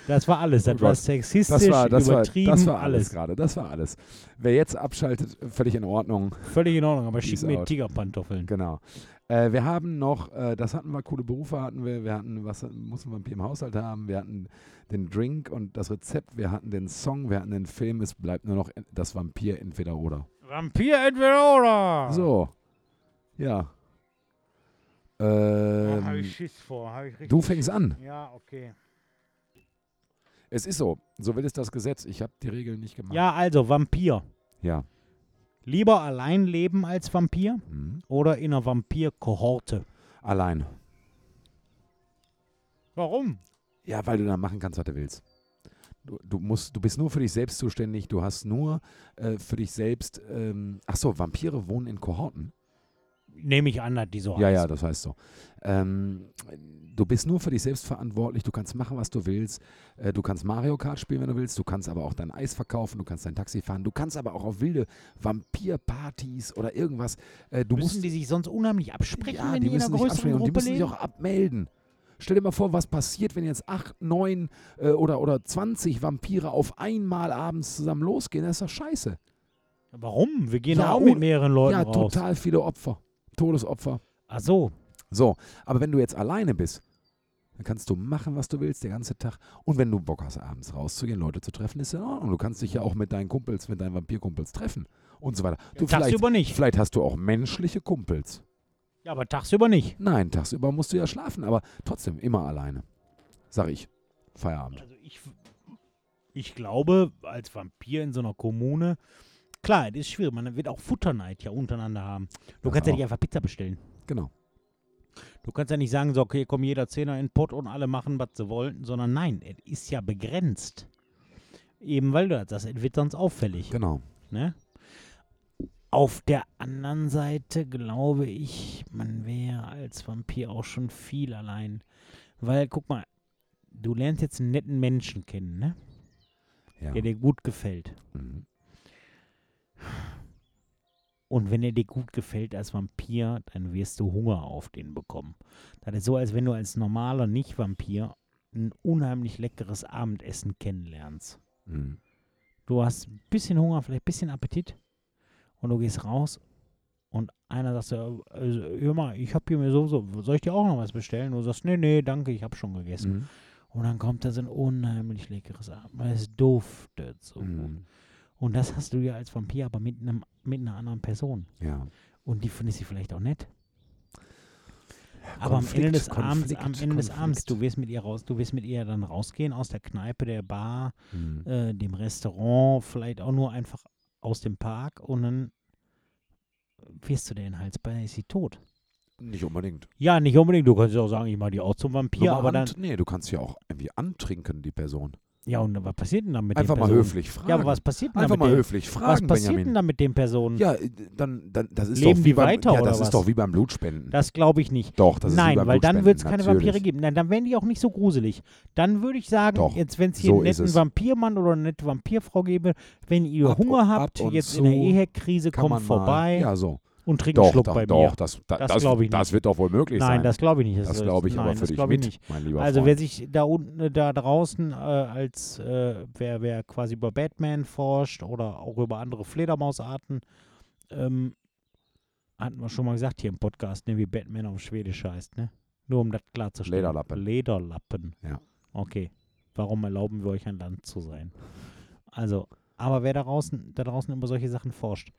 Speaker 1: Das war alles. Das
Speaker 2: Oh
Speaker 1: war
Speaker 2: Gott.
Speaker 1: sexistisch,
Speaker 2: Das war, das war,
Speaker 1: übertrieben,
Speaker 2: das war alles
Speaker 1: alles.
Speaker 2: gerade. Das war alles. Wer jetzt abschaltet, völlig in Ordnung.
Speaker 1: Völlig in Ordnung, aber schick
Speaker 2: Peace
Speaker 1: mir
Speaker 2: out.
Speaker 1: Tigerpantoffeln.
Speaker 2: Genau. Äh, wir haben noch, äh, das hatten wir, coole Berufe hatten wir, wir hatten, was mussten wir ein Bier im Haushalt haben, wir hatten den Drink und das Rezept, wir hatten den Song, wir hatten den Film, es bleibt nur noch en- das Vampir entweder oder.
Speaker 1: Vampir entweder oder.
Speaker 2: So. Ja. Ähm,
Speaker 1: Schiss vor. Hab Oh, ich richtig
Speaker 2: du fängst an.
Speaker 1: Ja, okay.
Speaker 2: Es ist so. So will es das Gesetz. Ich habe die Regeln nicht gemacht.
Speaker 1: Ja, also Vampir.
Speaker 2: Ja.
Speaker 1: Lieber allein leben als Vampir?
Speaker 2: Mhm.
Speaker 1: oder in einer Vampir-Kohorte.
Speaker 2: Allein.
Speaker 1: Warum?
Speaker 2: Ja, weil du dann machen kannst, was du willst. Du, du, musst, du bist nur für dich selbst zuständig, du hast nur äh, für dich selbst. Ähm, ach so, Vampire wohnen in Kohorten.
Speaker 1: Nehme ich an, dass die so
Speaker 2: Ja, ja,
Speaker 1: heißt.
Speaker 2: das heißt so. Ähm, du bist nur für dich selbst verantwortlich, du kannst machen, was du willst. Äh, du kannst Mario Kart spielen, wenn du willst. Du kannst aber auch dein Eis verkaufen, du kannst dein Taxi fahren, du kannst aber auch auf wilde Vampirpartys oder irgendwas. Äh, du
Speaker 1: Müssen
Speaker 2: musst
Speaker 1: die sich sonst unheimlich absprechen,
Speaker 2: ja,
Speaker 1: wenn
Speaker 2: die
Speaker 1: die, in
Speaker 2: müssen
Speaker 1: einer
Speaker 2: sich
Speaker 1: größeren
Speaker 2: abschweren und die
Speaker 1: Gruppe
Speaker 2: müssen sich
Speaker 1: leben?
Speaker 2: auch abmelden. Stell dir mal vor, was passiert, wenn jetzt acht, neun äh, oder, oder 20 Vampire auf einmal abends zusammen losgehen. Das ist doch scheiße.
Speaker 1: Warum? Wir gehen
Speaker 2: Ja,
Speaker 1: da auch mit
Speaker 2: oh,
Speaker 1: mehreren Leuten
Speaker 2: ja,
Speaker 1: raus.
Speaker 2: total viele Opfer. Todesopfer.
Speaker 1: Ach so.
Speaker 2: So, aber wenn du jetzt alleine bist, dann kannst du machen, was du willst, den ganzen Tag. Und wenn du Bock hast, abends rauszugehen, Leute zu treffen, ist ja in Ordnung. Du kannst dich ja auch mit deinen Kumpels, mit deinen Vampirkumpels treffen und so weiter. Du vielleicht,
Speaker 1: tagsüber nicht.
Speaker 2: vielleicht hast du auch menschliche Kumpels.
Speaker 1: Ja, aber tagsüber nicht.
Speaker 2: Nein, tagsüber musst du ja schlafen, aber trotzdem immer alleine. Sag ich. Feierabend.
Speaker 1: Also ich, ich glaube, als Vampir in so einer Kommune, klar, das ist schwierig. Man wird auch Futterneid ja untereinander haben. Du
Speaker 2: Das
Speaker 1: kannst ja
Speaker 2: auch.
Speaker 1: nicht einfach Pizza bestellen.
Speaker 2: Genau.
Speaker 1: Du kannst ja nicht sagen, so, okay, komm jeder Zehner in den Pott und alle machen, was sie wollen, sondern nein, es ist ja begrenzt. Eben weil du das, das wird sonst auffällig.
Speaker 2: Genau.
Speaker 1: Ne? Auf der anderen Seite glaube ich, man wäre als Vampir auch schon viel allein. Weil, guck mal, du lernst jetzt einen netten Menschen kennen, ne?
Speaker 2: Ja.
Speaker 1: der dir gut gefällt.
Speaker 2: Mhm.
Speaker 1: Und wenn er dir gut gefällt als Vampir, dann wirst du Hunger auf den bekommen. Das ist so, als wenn du als normaler Nicht-Vampir ein unheimlich leckeres Abendessen kennenlernst.
Speaker 2: Mhm.
Speaker 1: Du hast ein bisschen Hunger, vielleicht ein bisschen Appetit und du gehst raus und einer sagt so, äh, äh, hör mal, ich habe hier mir so, so, soll ich dir auch noch was bestellen? Du sagst, nee, nee, danke, ich habe schon gegessen.
Speaker 2: Mhm.
Speaker 1: Und dann kommt da so ein unheimlich leckeres Abendessen. Es duftet so gut.
Speaker 2: Mhm.
Speaker 1: Und das hast du ja als Vampir, aber mit, einem, mit einer anderen Person.
Speaker 2: Ja.
Speaker 1: Und die findest du vielleicht auch nett. Aber am
Speaker 2: Konflikt,
Speaker 1: Ende des Abends,
Speaker 2: Konflikt,
Speaker 1: am Ende des
Speaker 2: Konflikt.
Speaker 1: Abends, du wirst mit ihr raus, du wirst mit ihr dann rausgehen aus der Kneipe, der Bar,
Speaker 2: Mhm.
Speaker 1: äh, dem Restaurant, vielleicht auch nur einfach aus dem Park und dann wirst du der Hals bei, ist sie tot.
Speaker 2: Nicht unbedingt.
Speaker 1: Ja, nicht unbedingt, du kannst ja auch sagen, ich mache die auch zum Vampir,
Speaker 2: Nur mal
Speaker 1: aber dann,
Speaker 2: ant- nee, du kannst ja auch irgendwie antrinken, die Person.
Speaker 1: ja und was passiert denn dann mit
Speaker 2: Einfach
Speaker 1: den
Speaker 2: mal
Speaker 1: Personen?
Speaker 2: höflich fragen.
Speaker 1: Ja, aber was passiert denn
Speaker 2: Einfach
Speaker 1: dann
Speaker 2: mal
Speaker 1: mit den,
Speaker 2: höflich
Speaker 1: Was
Speaker 2: fragen,
Speaker 1: passiert denn
Speaker 2: Benjamin.
Speaker 1: dann mit den Personen?
Speaker 2: Ja, äh, dann, dann, das ist
Speaker 1: Leben
Speaker 2: doch wie
Speaker 1: die
Speaker 2: beim,
Speaker 1: weiter
Speaker 2: ja,
Speaker 1: oder
Speaker 2: das ist
Speaker 1: was?
Speaker 2: doch wie beim Blutspenden.
Speaker 1: Das glaube ich nicht.
Speaker 2: doch, das ist wie
Speaker 1: Nein,
Speaker 2: beim
Speaker 1: weil dann
Speaker 2: Blutspenden,
Speaker 1: wird es keine
Speaker 2: natürlich.
Speaker 1: Vampire geben. Nein, dann wären die auch nicht so gruselig. Dann würde ich sagen,
Speaker 2: Doch,
Speaker 1: jetzt wenn es hier
Speaker 2: so
Speaker 1: einen
Speaker 2: ist
Speaker 1: netten
Speaker 2: es.
Speaker 1: Vampirmann oder eine nette Vampirfrau gäbe, wenn ihr
Speaker 2: Ab-
Speaker 1: Hunger
Speaker 2: ab
Speaker 1: habt,
Speaker 2: und
Speaker 1: jetzt
Speaker 2: zu
Speaker 1: in der Ehekrise,
Speaker 2: Kann
Speaker 1: kommt
Speaker 2: man mal-
Speaker 1: vorbei
Speaker 2: Ja, so.
Speaker 1: und trinkt einen
Speaker 2: Doch,
Speaker 1: Schluck
Speaker 2: doch,
Speaker 1: bei
Speaker 2: doch,
Speaker 1: mir.
Speaker 2: das, da,
Speaker 1: Das
Speaker 2: das,
Speaker 1: glaube ich
Speaker 2: das wird doch wohl möglich
Speaker 1: Nein,
Speaker 2: sein.
Speaker 1: das glaube ich nicht.
Speaker 2: das glaube ich
Speaker 1: nein,
Speaker 2: aber für
Speaker 1: das
Speaker 2: dich
Speaker 1: glaube
Speaker 2: mit,
Speaker 1: ich nicht.
Speaker 2: mein lieber
Speaker 1: Also wer
Speaker 2: Freund.
Speaker 1: sich da unten, äh, da draußen äh, als äh, wer, wer quasi über Batman forscht oder auch über andere Fledermausarten, ähm, hatten wir schon mal gesagt hier im Podcast, ne, wie Batman auf Schwedisch heißt, ne? Nur um das klarzustellen.
Speaker 2: Lederlappen.
Speaker 1: Lederlappen.
Speaker 2: Ja.
Speaker 1: Okay. Warum erlauben wir euch ein Land zu sein? Also, aber wer da draußen, da draußen über solche Sachen forscht,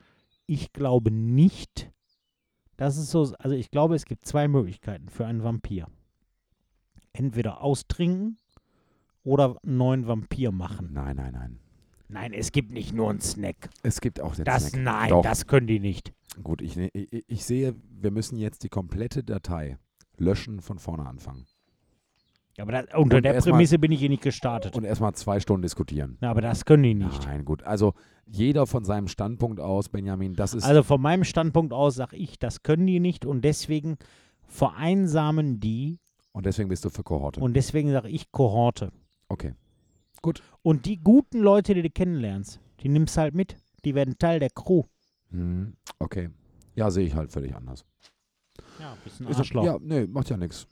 Speaker 1: ich glaube nicht, dass es so, also ich glaube, es gibt zwei Möglichkeiten für einen Vampir. Entweder austrinken oder einen neuen Vampir machen.
Speaker 2: Nein, nein, nein.
Speaker 1: Nein, es gibt nicht nur einen Snack.
Speaker 2: Es gibt auch den
Speaker 1: Das
Speaker 2: Snack.
Speaker 1: nein,
Speaker 2: Doch.
Speaker 1: das können die nicht.
Speaker 2: Gut, ich, ne- ich, ich sehe, wir müssen jetzt die komplette Datei löschen, von vorne anfangen.
Speaker 1: Aber das, unter
Speaker 2: Und
Speaker 1: der
Speaker 2: erst mal-
Speaker 1: Prämisse bin ich hier nicht gestartet.
Speaker 2: Und erstmal zwei Stunden diskutieren.
Speaker 1: Na, aber das können die nicht.
Speaker 2: Nein, gut. Also jeder von seinem Standpunkt aus, Benjamin, das ist.
Speaker 1: Also von meinem Standpunkt aus sage ich, das können die nicht und deswegen vereinsamen die
Speaker 2: und deswegen bist du für Kohorte.
Speaker 1: und deswegen sage ich Kohorte.
Speaker 2: Okay.
Speaker 1: Und die guten Leute, die du kennenlernst, die nimmst halt mit. Die werden Teil der Crew.
Speaker 2: Hm, okay. Ja, sehe ich halt völlig anders.
Speaker 1: Ja, bist ein
Speaker 2: Ist-
Speaker 1: Arschloch.
Speaker 2: Ja, nee, macht ja nichts.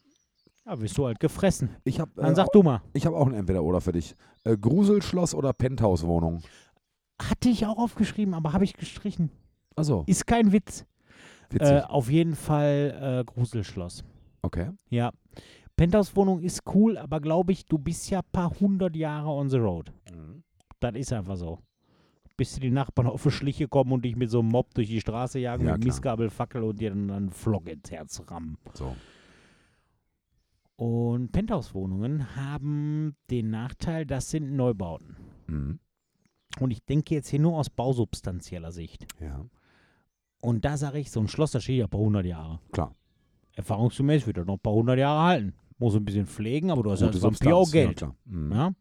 Speaker 1: Ja, wirst du halt gefressen.
Speaker 2: Ich habe
Speaker 1: Dann
Speaker 2: äh,
Speaker 1: sag du mal.
Speaker 2: ich hab auch ein Entweder-Oder für dich. Äh, Gruselschloss oder Penthouse-Wohnung?
Speaker 1: Hatte ich auch aufgeschrieben, aber habe ich gestrichen.
Speaker 2: Achso,
Speaker 1: Ist kein Witz.
Speaker 2: witzig.
Speaker 1: Äh, auf jeden Fall äh, Gruselschloss.
Speaker 2: okay.
Speaker 1: Ja. Penthouse-Wohnung ist cool, aber glaube ich, du bist ja paar hundert Jahre on the road. Das ist einfach so. Bis die Nachbarn auf die Schliche kommen und dich mit so einem Mob durch die Straße jagen,
Speaker 2: Ja,
Speaker 1: mit
Speaker 2: klar.
Speaker 1: Missgabel, Fackel und dir dann einen Flock ins Herz rammen.
Speaker 2: So.
Speaker 1: Und Penthouse-Wohnungen haben den Nachteil, das sind Neubauten.
Speaker 2: Mhm.
Speaker 1: Und ich denke jetzt hier nur aus bausubstanzieller Sicht.
Speaker 2: Ja.
Speaker 1: Und da sage ich, so ein Schloss, das steht ja ein paar hundert Jahre.
Speaker 2: Klar.
Speaker 1: Erfahrungsgemäß wird er noch ein paar hundert Jahre halten. Muss ein bisschen pflegen, aber du hast
Speaker 2: Gute
Speaker 1: als Vampir auch
Speaker 2: Substanz, Ja,
Speaker 1: Geld.
Speaker 2: klar. Mhm.
Speaker 1: Ja?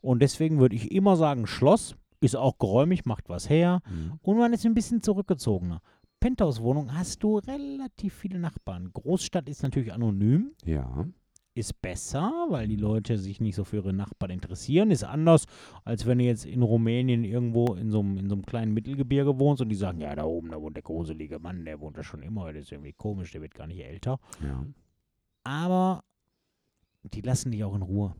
Speaker 1: Und deswegen würde ich immer sagen, Schloss ist auch geräumig, macht was her.
Speaker 2: Mhm.
Speaker 1: Und man ist ein bisschen zurückgezogener. Penthouse-Wohnung hast du relativ viele Nachbarn. Großstadt ist natürlich anonym,
Speaker 2: ja.
Speaker 1: ist besser, weil die Leute sich nicht so für ihre Nachbarn interessieren. Ist anders, als wenn du jetzt in Rumänien irgendwo in so einem, in so einem kleinen Mittelgebirge wohnst und die sagen, ja, da oben, da wohnt der gruselige Mann, der wohnt da schon immer, der ist irgendwie komisch, der wird gar nicht älter.
Speaker 2: Ja.
Speaker 1: Aber die lassen dich auch in Ruhe.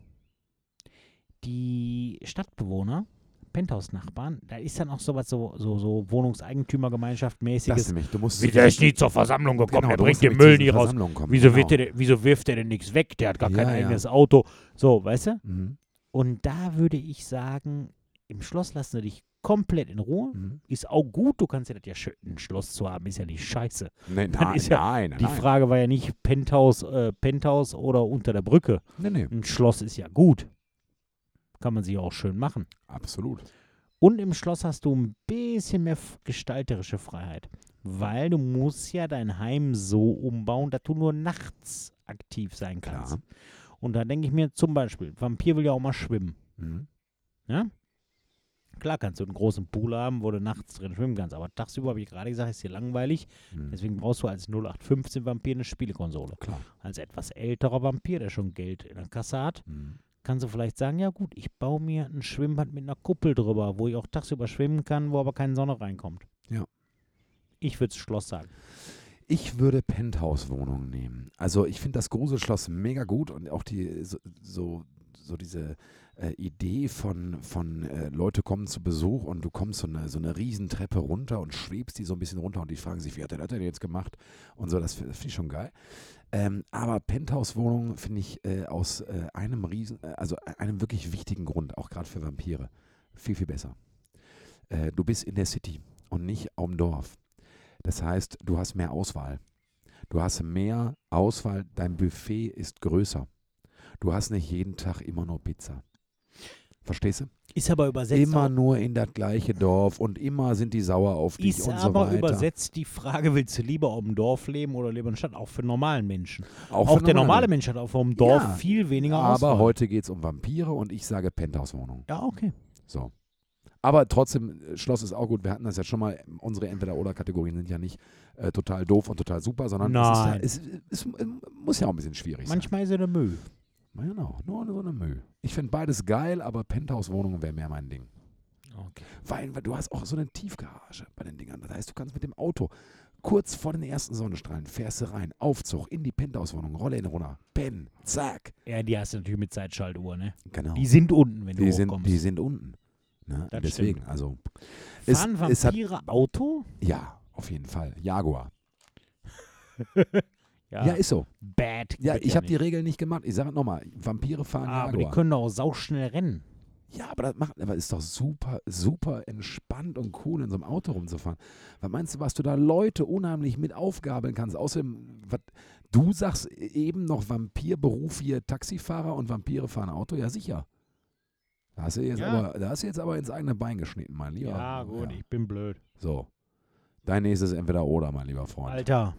Speaker 1: Die Stadtbewohner, Penthouse-Nachbarn, da ist dann auch sowas so, so, so
Speaker 2: Das
Speaker 1: Wohnungseigentümer-Gemeinschaft-mäßiges.
Speaker 2: nämlich, du musst
Speaker 1: Wie, der ist nie zur Versammlung gekommen,
Speaker 2: genau,
Speaker 1: der
Speaker 2: du
Speaker 1: bringt
Speaker 2: musst
Speaker 1: den
Speaker 2: nämlich zu
Speaker 1: Müll nie
Speaker 2: diesen
Speaker 1: raus.
Speaker 2: Versammlungen kommen,
Speaker 1: Wieso,
Speaker 2: genau.
Speaker 1: wirft der, wieso wirft der denn nichts weg? Der hat gar
Speaker 2: Ja,
Speaker 1: kein
Speaker 2: ja.
Speaker 1: eigenes Auto. So, weißt du?
Speaker 2: Mhm.
Speaker 1: Und da würde ich sagen, im Schloss lassen sie dich komplett in Ruhe.
Speaker 2: Mhm.
Speaker 1: Ist auch gut, du kannst ja das ja schön, ein Schloss zu haben, ist ja nicht scheiße.
Speaker 2: Nee,
Speaker 1: Dann
Speaker 2: nein,
Speaker 1: ist ja
Speaker 2: nein, nein.
Speaker 1: Die Frage war ja nicht Penthouse, äh, Penthouse oder unter der Brücke.
Speaker 2: nee, nee,
Speaker 1: Ein Schloss ist ja gut. Kann man sich auch schön machen.
Speaker 2: absolut.
Speaker 1: Und im Schloss hast du ein bisschen mehr f- gestalterische Freiheit. Weil du musst ja dein Heim so umbauen, dass du nur nachts aktiv sein kannst.
Speaker 2: Klar.
Speaker 1: Und da denke ich mir zum Beispiel, Vampir will ja auch mal schwimmen.
Speaker 2: Mhm.
Speaker 1: Klar kannst du einen großen Pool haben, wo du nachts drin schwimmen kannst, aber tagsüber habe ich gerade gesagt, ist dir langweilig.
Speaker 2: Mhm.
Speaker 1: Deswegen brauchst du als 0815-Vampir eine Spielekonsole.
Speaker 2: Klar.
Speaker 1: Als etwas älterer Vampir, der schon Geld in der Kasse hat,
Speaker 2: Mhm.
Speaker 1: kannst du vielleicht sagen, ja gut, ich baue mir ein Schwimmbad mit einer Kuppel drüber, wo ich auch tagsüber schwimmen kann, wo aber keine Sonne reinkommt.
Speaker 2: Ja.
Speaker 1: Ich würde Schloss sagen.
Speaker 2: Ich würde Penthouse-Wohnungen nehmen. Also ich finde das Gruselschloss mega gut und auch die so, so, so diese äh, Idee von, von äh, Leute kommen zu Besuch und du kommst so eine, so eine Riesentreppe runter und schwebst die so ein bisschen runter und die fragen sich, wie hat der das denn jetzt gemacht? Und so, das finde ich schon geil. Ähm, aber Penthouse-Wohnungen finde ich äh, aus äh, einem riesen, äh, also einem wirklich wichtigen Grund, auch gerade für Vampire, viel, viel besser. Äh, du bist in der City und nicht auf dem Dorf. Das heißt, du hast mehr Auswahl. Du hast mehr Auswahl, dein Buffet ist größer. Du hast nicht jeden Tag immer nur Pizza. Verstehst du?
Speaker 1: Ist aber übersetzt.
Speaker 2: immer
Speaker 1: auch,
Speaker 2: nur in das gleiche Dorf und immer sind die sauer auf dich
Speaker 1: ist
Speaker 2: und so
Speaker 1: aber
Speaker 2: weiter.
Speaker 1: übersetzt die Frage, willst du lieber auf dem Dorf leben oder lieber in der Stadt? Auch für normalen Menschen. Auch,
Speaker 2: für
Speaker 1: der normale Mensch hat auf dem Dorf
Speaker 2: Ja,
Speaker 1: viel weniger
Speaker 2: Aber
Speaker 1: Auswahl.
Speaker 2: heute geht es um Vampire und ich sage Penthouse-Wohnung.
Speaker 1: ja, okay.
Speaker 2: So. Aber trotzdem, äh, Schloss ist auch gut. Wir hatten das ja schon mal. Unsere Entweder-Oder-Kategorien sind ja nicht äh, total doof und total super, sondern
Speaker 1: Nein.
Speaker 2: Es, ist ja, es, es, es muss ja auch ein bisschen schwierig
Speaker 1: Manchmal ist er der Müll.
Speaker 2: sein. Genau, nur so eine Mühe. Ich finde beides geil, aber Penthouse-Wohnungen wäre mehr mein Ding.
Speaker 1: Okay.
Speaker 2: Weil, weil du hast auch so eine Tiefgarage bei den Dingern. Das heißt, du kannst mit dem Auto kurz vor den ersten Sonnenstrahlen fährst du rein, Aufzug in die Penthouse-Wohnung, Rolle in runter, Ben, zack.
Speaker 1: Ja, die hast du natürlich mit Zeitschaltuhr, ne?
Speaker 2: Genau.
Speaker 1: Die sind unten, wenn du
Speaker 2: die, sind,
Speaker 1: hochkommst.
Speaker 2: die sind unten. Ne?
Speaker 1: Das
Speaker 2: Deswegen, also es-
Speaker 1: Fahren
Speaker 2: es hat-
Speaker 1: Vampire Auto?
Speaker 2: ja, auf jeden Fall. Jaguar.
Speaker 1: Ja,
Speaker 2: Ja, ist so.
Speaker 1: bad.
Speaker 2: Ja,
Speaker 1: geht
Speaker 2: ich habe die
Speaker 1: nicht.
Speaker 2: Regeln nicht gemacht. Ich sage nochmal, Vampire fahren
Speaker 1: Ah, aber die
Speaker 2: Jaguar.
Speaker 1: können doch auch sauschnell rennen.
Speaker 2: ja, aber das macht, aber ist doch super, super entspannt und cool, in so einem Auto rumzufahren. Was meinst du, was du da Leute unheimlich mit aufgabeln kannst? Außerdem, was, du sagst eben noch Vampirberuf hier Taxifahrer und Vampire fahren Auto? Ja, sicher. Da hast du jetzt,
Speaker 1: Ja.
Speaker 2: aber, da hast du jetzt aber ins eigene Bein geschnitten, mein Lieber. Ja.
Speaker 1: ich bin blöd.
Speaker 2: So. Dein nächstes entweder oder, mein lieber Freund.
Speaker 1: Alter,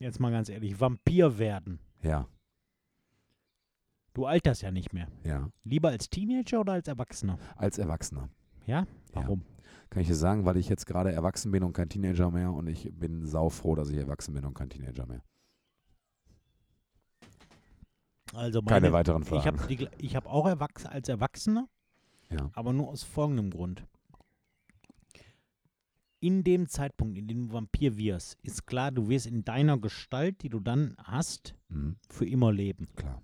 Speaker 1: jetzt mal ganz ehrlich, Vampir werden.
Speaker 2: Ja,
Speaker 1: Du alterst ja nicht mehr.
Speaker 2: ja.
Speaker 1: Lieber als Teenager oder als Erwachsener?
Speaker 2: Als Erwachsener.
Speaker 1: Ja?
Speaker 2: Ja.
Speaker 1: Warum?
Speaker 2: Kann ich dir sagen, weil ich jetzt gerade erwachsen bin und kein Teenager mehr und ich bin saufroh, dass ich erwachsen bin und kein Teenager mehr.
Speaker 1: Also meine,
Speaker 2: Keine weiteren
Speaker 1: ich
Speaker 2: Fragen.
Speaker 1: habe die- ich hab auch erwachs als Erwachsener,
Speaker 2: Ja.
Speaker 1: aber nur aus folgendem Grund. In dem Zeitpunkt, in dem du Vampir wirst, ist klar, du wirst in deiner Gestalt, die du dann hast,
Speaker 2: Mhm,
Speaker 1: für immer leben.
Speaker 2: klar.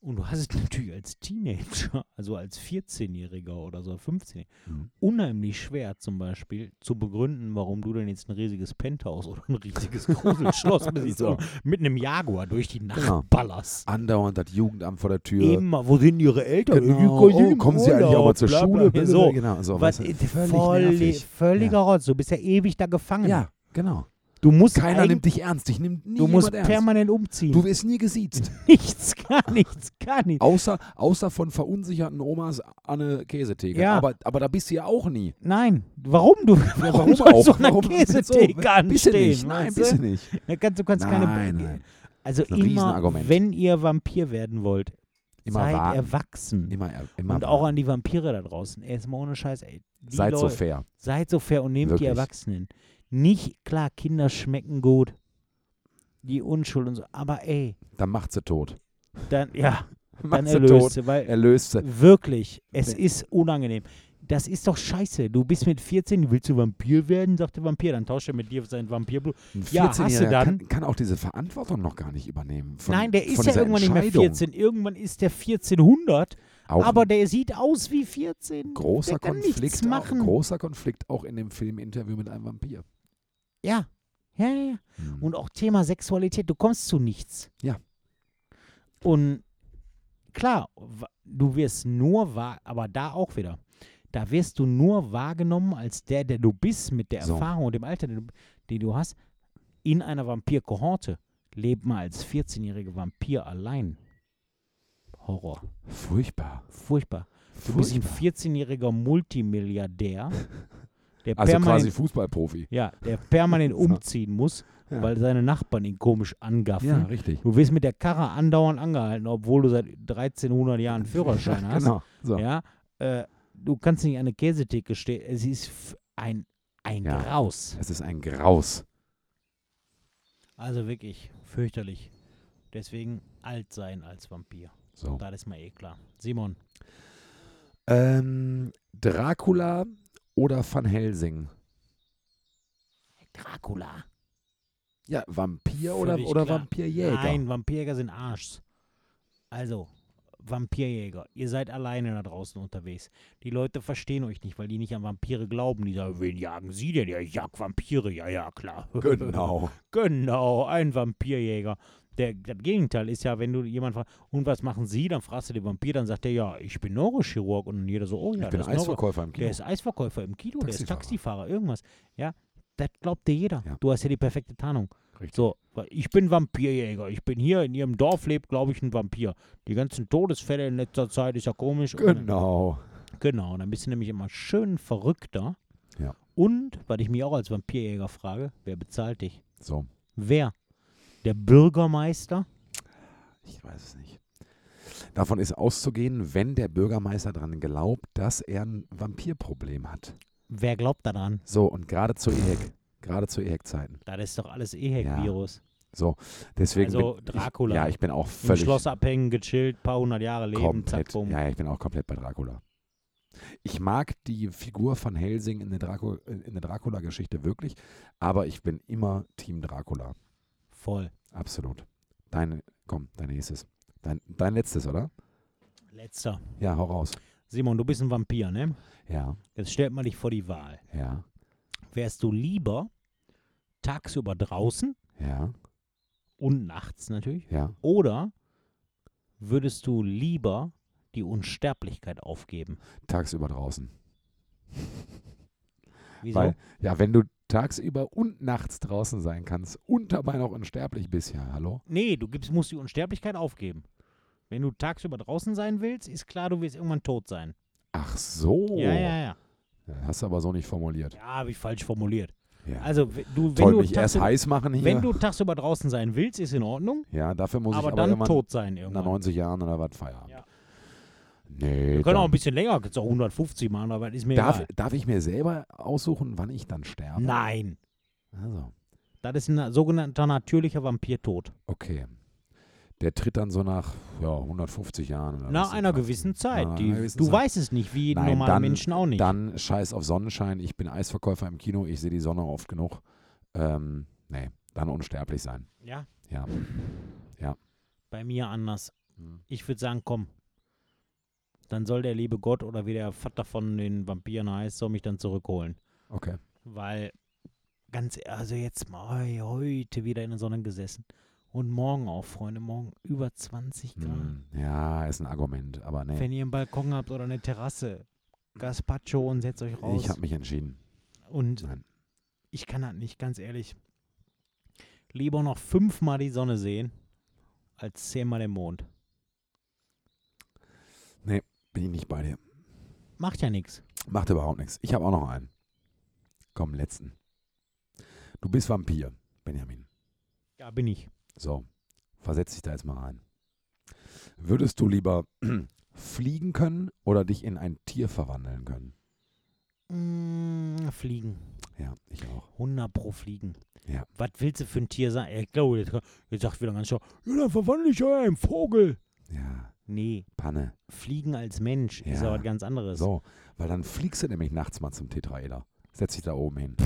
Speaker 1: Und du hast es [laughs] natürlich als Teenager, also als 14-Jähriger oder so, 15
Speaker 2: Mhm.
Speaker 1: unheimlich schwer zum Beispiel zu begründen, warum du denn jetzt ein riesiges Penthouse oder ein
Speaker 2: [laughs]
Speaker 1: riesiges Gruselschloss besitzt
Speaker 2: So.
Speaker 1: und mit einem Jaguar durch die Nacht
Speaker 2: Genau.
Speaker 1: ballerst.
Speaker 2: Andauernd das Jugendamt vor der Tür.
Speaker 1: Immer, wo sind ihre Eltern? Die
Speaker 2: Genau.
Speaker 1: sind
Speaker 2: Oh,
Speaker 1: im
Speaker 2: kommen Sie eigentlich auch mal
Speaker 1: Urlaub,
Speaker 2: zur
Speaker 1: bla, bla,
Speaker 2: Schule?
Speaker 1: bla. So,
Speaker 2: Genau, so
Speaker 1: was,
Speaker 2: weißt du,
Speaker 1: völlig
Speaker 2: völlig
Speaker 1: voll,
Speaker 2: nervig.
Speaker 1: völliger
Speaker 2: Ja.
Speaker 1: Rotz. Du bist ja ewig da gefangen.
Speaker 2: Ja, genau.
Speaker 1: Du musst
Speaker 2: Keiner
Speaker 1: eigentlich-
Speaker 2: nimmt dich ernst. Ich nehme nie
Speaker 1: Du musst
Speaker 2: jemand ernst.
Speaker 1: permanent umziehen. [laughs]
Speaker 2: Du wirst nie gesiezt.
Speaker 1: nichts, gar nichts, gar nichts.
Speaker 2: Außer, außer von verunsicherten Omas an eine Käsetheke.
Speaker 1: Ja.
Speaker 2: Aber, aber da bist du ja auch nie.
Speaker 1: Nein, warum du?
Speaker 2: Ja,
Speaker 1: warum sollst du an der
Speaker 2: Warum-
Speaker 1: Käsetheke
Speaker 2: Bist du
Speaker 1: anstehen,
Speaker 2: nicht? Nein,
Speaker 1: weißt du?
Speaker 2: bist du nicht.
Speaker 1: Da kannst, du kannst keine.
Speaker 2: Nein, nein.
Speaker 1: Also
Speaker 2: ist ein
Speaker 1: immer,
Speaker 2: Riesenargument.
Speaker 1: wenn ihr Vampir werden wollt,
Speaker 2: Immer
Speaker 1: seid
Speaker 2: warten.
Speaker 1: erwachsen.
Speaker 2: Immer, immer
Speaker 1: und auch an die Vampire da draußen. Ey, Jetzt mal ohne Scheiß. Ey, die
Speaker 2: Seid so
Speaker 1: Leute-
Speaker 2: fair.
Speaker 1: Seid so fair und nehmt die
Speaker 2: Wirklich.
Speaker 1: Erwachsenen. Nicht, klar, Kinder schmecken gut. Die Unschuld und so. Aber ey,
Speaker 2: Dann macht sie tot.
Speaker 1: dann, ja,
Speaker 2: [laughs]
Speaker 1: dann
Speaker 2: Macht sie
Speaker 1: erlöst
Speaker 2: tot.
Speaker 1: sie. Weil
Speaker 2: Erlöst sie.
Speaker 1: wirklich, es
Speaker 2: Wenn-
Speaker 1: ist unangenehm. Das ist doch scheiße. Du bist mit 14, willst du Vampir werden, sagt der Vampir. Dann tauscht er mit dir sein Vampirblut.
Speaker 2: Ein
Speaker 1: Ja, hast du
Speaker 2: 14-Jähriger
Speaker 1: dann-
Speaker 2: kann, kann auch diese Verantwortung noch gar nicht übernehmen. Von,
Speaker 1: Nein, der
Speaker 2: von
Speaker 1: ist ja
Speaker 2: dieser
Speaker 1: irgendwann nicht mehr
Speaker 2: Entscheidung.
Speaker 1: 14. Irgendwann ist der 1400.
Speaker 2: Auch
Speaker 1: aber
Speaker 2: ein
Speaker 1: der sieht aus wie 14. der
Speaker 2: großer
Speaker 1: kann nichts
Speaker 2: Konflikt, auch,
Speaker 1: machen.
Speaker 2: großer Konflikt auch in dem Film Interview mit einem Vampir.
Speaker 1: ja. ja, ja, ja.
Speaker 2: Mhm.
Speaker 1: Und auch Thema Sexualität, du kommst zu nichts.
Speaker 2: Ja.
Speaker 1: Und klar, wa- du wirst nur wahr, aber da auch wieder. Da wirst du nur wahrgenommen als der, der du bist, mit der
Speaker 2: So.
Speaker 1: Erfahrung und dem Alter, den du, den du hast, in einer Vampir-Kohorte. Leb mal als 14-jähriger Vampir allein. Horror.
Speaker 2: Furchtbar.
Speaker 1: Furchtbar. Du bist ein
Speaker 2: Furchtbar.
Speaker 1: 14-jähriger
Speaker 2: [laughs]
Speaker 1: Multimilliardär, der
Speaker 2: Also quasi
Speaker 1: permanent,
Speaker 2: Fußballprofi.
Speaker 1: ja, der permanent
Speaker 2: [laughs] So.
Speaker 1: umziehen muss,
Speaker 2: Ja.
Speaker 1: weil seine Nachbarn ihn komisch angaffen.
Speaker 2: Ja, richtig.
Speaker 1: Du wirst mit der Karre andauernd angehalten, obwohl du seit 1300 Jahren einen
Speaker 2: [laughs]
Speaker 1: Führerschein hast.
Speaker 2: genau. So.
Speaker 1: Ja, äh, du kannst nicht an eine Käsetheke stehen. Es ist f- ein, ein
Speaker 2: Ja.
Speaker 1: Graus.
Speaker 2: Das ist ein Graus.
Speaker 1: Also wirklich fürchterlich. Deswegen alt sein als Vampir.
Speaker 2: So.
Speaker 1: Das ist mal eh klar. Simon,
Speaker 2: Ähm, Dracula oder Van Helsing?
Speaker 1: Dracula.
Speaker 2: Ja, Vampir oder,
Speaker 1: Völlig
Speaker 2: oder
Speaker 1: klar.
Speaker 2: Vampirjäger.
Speaker 1: Nein, Vampirjäger sind Arschs. Also, Vampirjäger, ihr seid alleine da draußen unterwegs. Die Leute verstehen euch nicht, weil die nicht an Vampire glauben. Die sagen, wen jagen sie denn? Ja, ich jag Vampire. Ja, ja, klar.
Speaker 2: Genau.
Speaker 1: [laughs] Genau, ein Vampirjäger. Der, das Gegenteil ist ja, wenn du jemanden fragst, und was machen sie? Dann fragst du den Vampir, dann sagt er, ja, ich bin Neurochirurg. Und dann jeder so, oh ja,
Speaker 2: Ich bin
Speaker 1: das ist Neuro
Speaker 2: Eisverkäufer im
Speaker 1: der
Speaker 2: Kino.
Speaker 1: ist Eisverkäufer im Kino, der ist
Speaker 2: Taxifahrer.
Speaker 1: Taxifahrer, irgendwas. Ja, das glaubt dir jeder.
Speaker 2: Ja.
Speaker 1: Du hast ja die perfekte Tarnung.
Speaker 2: Richtig.
Speaker 1: So, weil ich bin Vampirjäger. Ich bin hier in ihrem Dorf, lebt, glaube ich, ein Vampir. Die ganzen Todesfälle in letzter Zeit ist ja komisch. Und,
Speaker 2: Genau.
Speaker 1: genau, und dann bist du nämlich immer schön verrückter.
Speaker 2: Ja.
Speaker 1: Und, weil ich mich auch als Vampirjäger frage, wer bezahlt dich?
Speaker 2: So,
Speaker 1: Wer? Der Bürgermeister?
Speaker 2: ich weiß es nicht. Davon ist auszugehen, wenn der Bürgermeister daran glaubt, dass er ein Vampirproblem hat.
Speaker 1: Wer glaubt daran?
Speaker 2: So, und gerade zu EHEC. Gerade zu EHEC-Zeiten.
Speaker 1: Das ist doch alles Ehek-Virus.
Speaker 2: Deswegen
Speaker 1: Also
Speaker 2: bin
Speaker 1: Dracula.
Speaker 2: Ich, ja, ich bin auch
Speaker 1: Im
Speaker 2: völlig
Speaker 1: Schloss abhängen, gechillt, paar hundert Jahre leben, zack,
Speaker 2: komplett.
Speaker 1: bumm.
Speaker 2: Ja, ja, ich bin auch komplett bei Dracula. Ich mag die Figur von Helsing in der, Dracu in der Dracula-Geschichte wirklich, aber ich bin immer Team Dracula.
Speaker 1: Voll.
Speaker 2: Absolut. Dein, komm, dein nächstes. Dein, dein letztes, oder?
Speaker 1: Letzter.
Speaker 2: Ja, hau raus.
Speaker 1: Simon, du bist ein Vampir, ne?
Speaker 2: Ja,
Speaker 1: Jetzt stellt man dich vor die Wahl.
Speaker 2: ja,
Speaker 1: Wärst du lieber tagsüber draußen
Speaker 2: ja,
Speaker 1: und nachts natürlich?
Speaker 2: ja.
Speaker 1: Oder würdest du lieber die Unsterblichkeit aufgeben?
Speaker 2: Tagsüber draußen.
Speaker 1: Wieso?
Speaker 2: Weil, ja, wenn du tagsüber und nachts draußen sein kannst und dabei noch unsterblich bist, ja, hallo?
Speaker 1: nee, du gibst, musst die Unsterblichkeit aufgeben. Wenn du tagsüber draußen sein willst, ist klar, du wirst irgendwann tot sein.
Speaker 2: Ach so.
Speaker 1: Ja, ja, ja.
Speaker 2: Ja, Hast du aber so nicht formuliert.
Speaker 1: Ja, habe ich falsch formuliert.
Speaker 2: Ja.
Speaker 1: Also, w- du, wenn,
Speaker 2: Toll,
Speaker 1: du
Speaker 2: mich erst
Speaker 1: tagsüber-
Speaker 2: heiß machen hier.
Speaker 1: wenn du tagsüber draußen sein willst, ist in Ordnung,
Speaker 2: ja, dafür muss
Speaker 1: aber
Speaker 2: ich
Speaker 1: dann
Speaker 2: aber
Speaker 1: tot sein irgendwann.
Speaker 2: nach 90 Jahren oder was Feierabend.
Speaker 1: Ja.
Speaker 2: Nee,
Speaker 1: Wir können auch
Speaker 2: dann-
Speaker 1: ein bisschen länger, jetzt auch 150 machen, aber ist mir
Speaker 2: darf,
Speaker 1: egal.
Speaker 2: darf ich mir selber aussuchen, wann ich dann sterbe?
Speaker 1: Nein,
Speaker 2: Also,
Speaker 1: das ist ein na- sogenannter natürlicher Vampirtod.
Speaker 2: okay. Der tritt dann so nach ja, 150 Jahren. Oder was
Speaker 1: Nach
Speaker 2: in
Speaker 1: einer
Speaker 2: Kraft.
Speaker 1: gewissen Zeit.
Speaker 2: nach
Speaker 1: die,
Speaker 2: einer gewissen
Speaker 1: du
Speaker 2: Zeit.
Speaker 1: weißt es nicht, wie
Speaker 2: Nein,
Speaker 1: normale
Speaker 2: dann-
Speaker 1: Menschen auch nicht.
Speaker 2: Dann scheiß auf Sonnenschein. Ich bin Eisverkäufer im Kino. Ich sehe die Sonne oft genug. Ähm, nee, dann unsterblich sein.
Speaker 1: ja,
Speaker 2: Ja.
Speaker 1: bei mir anders. Ich würde sagen, komm, dann soll der liebe Gott oder wie der Vater von den Vampiren heißt, soll mich dann zurückholen.
Speaker 2: Okay.
Speaker 1: Weil, ganz, also jetzt mal heu- heute wieder in der Sonne gesessen. Und morgen auch, Freunde, morgen über 20 Grad.
Speaker 2: Hm, Ja, ist ein Argument, aber nee.
Speaker 1: Wenn ihr einen Balkon habt oder eine Terrasse, Gazpacho und setzt euch raus.
Speaker 2: Ich habe mich entschieden.
Speaker 1: und
Speaker 2: Nein.
Speaker 1: ich kann das nicht, ganz ehrlich. Lieber noch fünfmal die Sonne sehen, als zehnmal den Mond.
Speaker 2: Bin ich nicht bei dir.
Speaker 1: Macht ja nichts.
Speaker 2: Macht überhaupt nichts. Ich habe auch noch einen. Komm, letzten. Du bist Vampir, Benjamin.
Speaker 1: Da bin ich.
Speaker 2: So, versetz dich da jetzt mal rein. Würdest du lieber [clears throat] fliegen können oder dich in ein Tier verwandeln können?
Speaker 1: Mm, fliegen.
Speaker 2: Ja, ich auch.
Speaker 1: 100 pro Fliegen.
Speaker 2: Ja.
Speaker 1: Was willst du für ein Tier sein? Ich glaube, jetzt, jetzt sagt wieder ganz schön, ja, dann verwandle ich euch in einen Vogel.
Speaker 2: Ja,
Speaker 1: Nee,
Speaker 2: Panne.
Speaker 1: Fliegen als Mensch ist
Speaker 2: Ja.
Speaker 1: ja was ganz anderes.
Speaker 2: So, weil dann fliegst du nämlich nachts mal zum Tetraeder. Setz dich da oben hin.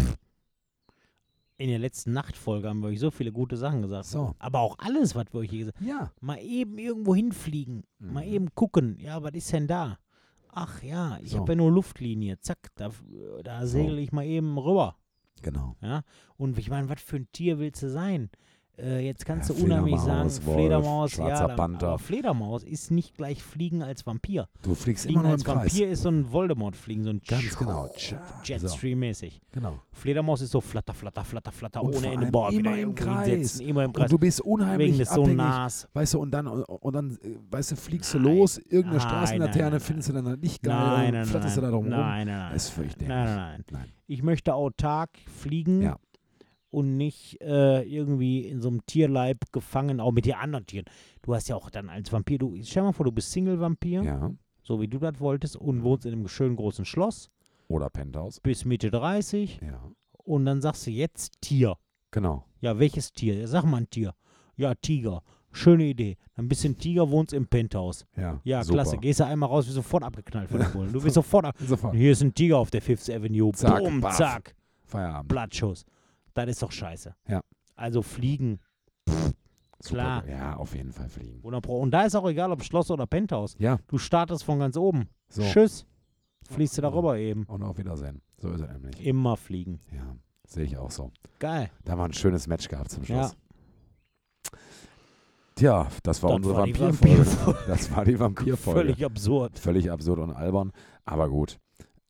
Speaker 1: In der letzten Nachtfolge haben wir euch so viele gute Sachen gesagt.
Speaker 2: So.
Speaker 1: Aber auch alles, was wir euch hier gesagt
Speaker 2: Ja.
Speaker 1: Mal eben irgendwo hinfliegen. Mal
Speaker 2: Mhm.
Speaker 1: eben gucken. Ja, was ist denn da? Ach ja, ich
Speaker 2: So.
Speaker 1: habe ja nur Luftlinie. Zack, da, da
Speaker 2: So.
Speaker 1: segel ich mal eben rüber.
Speaker 2: Genau.
Speaker 1: Und ich meine, was für ein Tier willst du sein? Äh, jetzt kannst
Speaker 2: Ja,
Speaker 1: du unheimlich sagen,
Speaker 2: Fledermaus, Wolf,
Speaker 1: Fledermaus,
Speaker 2: schwarzer
Speaker 1: ja, dann,
Speaker 2: Panther.
Speaker 1: aber Fledermaus ist nicht gleich Fliegen als Vampir.
Speaker 2: Du fliegst
Speaker 1: Fliegen
Speaker 2: immer nur
Speaker 1: als
Speaker 2: im Kreis.
Speaker 1: Vampir ist so ein Voldemort-Fliegen, so ein
Speaker 2: Ganz genau. So,
Speaker 1: Jetstream-mäßig.
Speaker 2: genau.
Speaker 1: Fledermaus ist so flatter, flatter, flatter, flatter,
Speaker 2: Und vor
Speaker 1: ohne Ende.
Speaker 2: allem
Speaker 1: Boah,
Speaker 2: immer
Speaker 1: wieder
Speaker 2: im
Speaker 1: irgendwo
Speaker 2: Kreis.
Speaker 1: hinsetzen, immer im Kreis.
Speaker 2: Und du bist
Speaker 1: wegen
Speaker 2: unheimlich
Speaker 1: des
Speaker 2: abhängig.
Speaker 1: Sonas.
Speaker 2: Weißt du, und dann, und dann, äh, weißt du, fliegst du
Speaker 1: Nein.
Speaker 2: los, irgendeine
Speaker 1: Nein,
Speaker 2: Straßenlaterne
Speaker 1: nein, nein,
Speaker 2: findest du dann halt nicht geil,
Speaker 1: Nein,
Speaker 2: und
Speaker 1: nein,
Speaker 2: flatterst
Speaker 1: nein.
Speaker 2: du da drum rum.
Speaker 1: nein, nein, nein.
Speaker 2: Das ist völlig dämlich.
Speaker 1: Nein, nein, nein.
Speaker 2: Nein.
Speaker 1: Ich möchte autark fliegen
Speaker 2: Ja.
Speaker 1: und nicht äh, irgendwie in so einem Tierleib gefangen, auch mit den anderen Tieren. Du hast ja auch dann als Vampir, du, stell mal vor, du bist Single-Vampir,
Speaker 2: Ja.
Speaker 1: so wie du das wolltest, und wohnst in einem schönen großen Schloss,
Speaker 2: Oder Penthouse.
Speaker 1: bis Mitte 30
Speaker 2: Ja.
Speaker 1: und dann sagst du jetzt Tier.
Speaker 2: Genau.
Speaker 1: Ja, welches Tier? Ja, Sag mal ein Tier. Ja, Tiger. Schöne Idee. Ein bisschen Tiger wohnst im Penthouse.
Speaker 2: Ja,
Speaker 1: Ja,
Speaker 2: super.
Speaker 1: klasse. Gehst du einmal raus, wirst sofort abgeknallt von den Bullen.
Speaker 2: [laughs]
Speaker 1: Du wirst sofort ab
Speaker 2: Sofort.
Speaker 1: Hier ist ein Tiger auf der Fifth Avenue.
Speaker 2: Zack,
Speaker 1: Boom,
Speaker 2: baff.
Speaker 1: zack.
Speaker 2: Feierabend.
Speaker 1: Blattschuss. das ist doch scheiße.
Speaker 2: Ja.
Speaker 1: Also fliegen, Klar.
Speaker 2: Super, ja, auf jeden Fall fliegen.
Speaker 1: 100 Pro. Und da ist auch egal, ob Schloss oder Penthouse.
Speaker 2: Ja,
Speaker 1: Du startest von ganz oben.
Speaker 2: so.
Speaker 1: Tschüss. Fliegst du darüber eben.
Speaker 2: Und auf Wiedersehen. So ist es nämlich.
Speaker 1: Immer fliegen.
Speaker 2: Ja, sehe ich auch so.
Speaker 1: Geil.
Speaker 2: Da haben wir ein schönes Match gehabt zum
Speaker 1: Ja.
Speaker 2: Schluss. Tja, das war
Speaker 1: Das
Speaker 2: unsere
Speaker 1: war die
Speaker 2: Vampirfolge.
Speaker 1: [laughs] Vampirfolge.
Speaker 2: das war die Vampirfolge.
Speaker 1: Völlig absurd.
Speaker 2: Völlig absurd und albern, aber gut.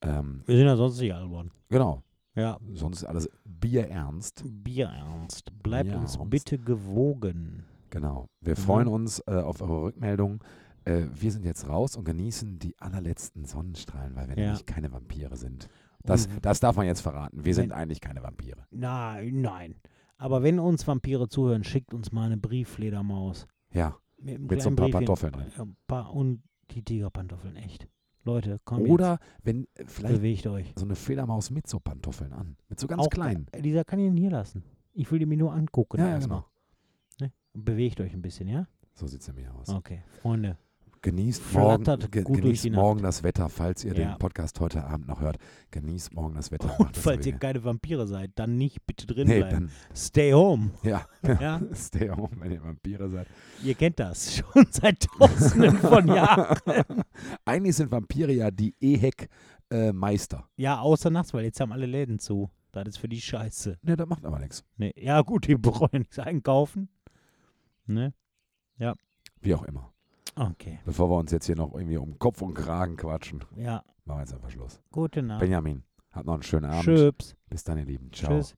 Speaker 2: Ähm,
Speaker 1: Wir sind ja sonst nicht albern.
Speaker 2: genau,
Speaker 1: Ja.
Speaker 2: sonst ist alles bierernst.
Speaker 1: Bierernst. Bleibt uns
Speaker 2: Bierernst.
Speaker 1: bitte gewogen.
Speaker 2: Genau. Wir
Speaker 1: Mhm.
Speaker 2: freuen uns äh, auf eure Rückmeldungen. Äh, wir sind jetzt raus und genießen die allerletzten Sonnenstrahlen, weil wir
Speaker 1: Ja. Mhm.
Speaker 2: nämlich keine Vampire sind. Das,
Speaker 1: Und-
Speaker 2: das darf man jetzt verraten. Wir sind
Speaker 1: Nein.
Speaker 2: eigentlich keine Vampire.
Speaker 1: Nein, nein. Aber wenn uns Vampire zuhören, schickt uns mal eine Brieffledermaus.
Speaker 2: Ja,
Speaker 1: Mit, einem
Speaker 2: mit so ein
Speaker 1: kleinen
Speaker 2: paar
Speaker 1: Briefchen.
Speaker 2: Pantoffeln drin.
Speaker 1: Ja, ein paar und die Tigerpantoffeln, echt. Leute, komm
Speaker 2: Oder wenn äh,
Speaker 1: jetzt,
Speaker 2: vielleicht
Speaker 1: bewegt euch.
Speaker 2: so eine Fledermaus mit so Pantoffeln an. Mit so ganz
Speaker 1: Auch
Speaker 2: kleinen.
Speaker 1: ge- Lisa kann ihn hier lassen. Ich will die mir nur angucken.
Speaker 2: Ja, genau. ja,
Speaker 1: erstmal. Ne? Bewegt euch ein bisschen, ja?
Speaker 2: So sieht es nämlich aus.
Speaker 1: Okay, Freunde.
Speaker 2: Genießt, morgen,
Speaker 1: Ah. Flattert
Speaker 2: ge
Speaker 1: gut durch
Speaker 2: genießt
Speaker 1: die Nacht.
Speaker 2: morgen das Wetter, falls ihr
Speaker 1: Ja.
Speaker 2: den Podcast heute Abend noch hört. Genießt morgen das Wetter.
Speaker 1: [laughs]
Speaker 2: Macht
Speaker 1: Und
Speaker 2: das
Speaker 1: falls ihr
Speaker 2: Richtige.
Speaker 1: keine Vampire seid, dann nicht bitte drin
Speaker 2: Nee,
Speaker 1: bleiben.
Speaker 2: dann, [laughs]
Speaker 1: Stay home.
Speaker 2: ja.
Speaker 1: Ja?
Speaker 2: Stay home, wenn ihr Vampire seid.
Speaker 1: Ihr kennt das [laughs] schon seit Tausenden
Speaker 2: [laughs]
Speaker 1: von Jahren.
Speaker 2: Eigentlich sind Vampire ja die äh, EHEC-Meister.
Speaker 1: Ja, außer nachts, weil jetzt haben alle Läden zu. Das ist für die Scheiße.
Speaker 2: ne, das macht aber nichts.
Speaker 1: Nee. Ja, gut, die bereuen nichts einkaufen. Ne?
Speaker 2: Wie auch immer.
Speaker 1: Okay.
Speaker 2: Bevor wir uns jetzt hier noch irgendwie um Kopf und Kragen quatschen,
Speaker 1: Ja,
Speaker 2: machen wir jetzt einfach Schluss.
Speaker 1: gute Nacht.
Speaker 2: Benjamin, habt noch einen schönen Abend.
Speaker 1: Tschüss.
Speaker 2: Bis dann, ihr Lieben. Ciao.
Speaker 1: Tschüss.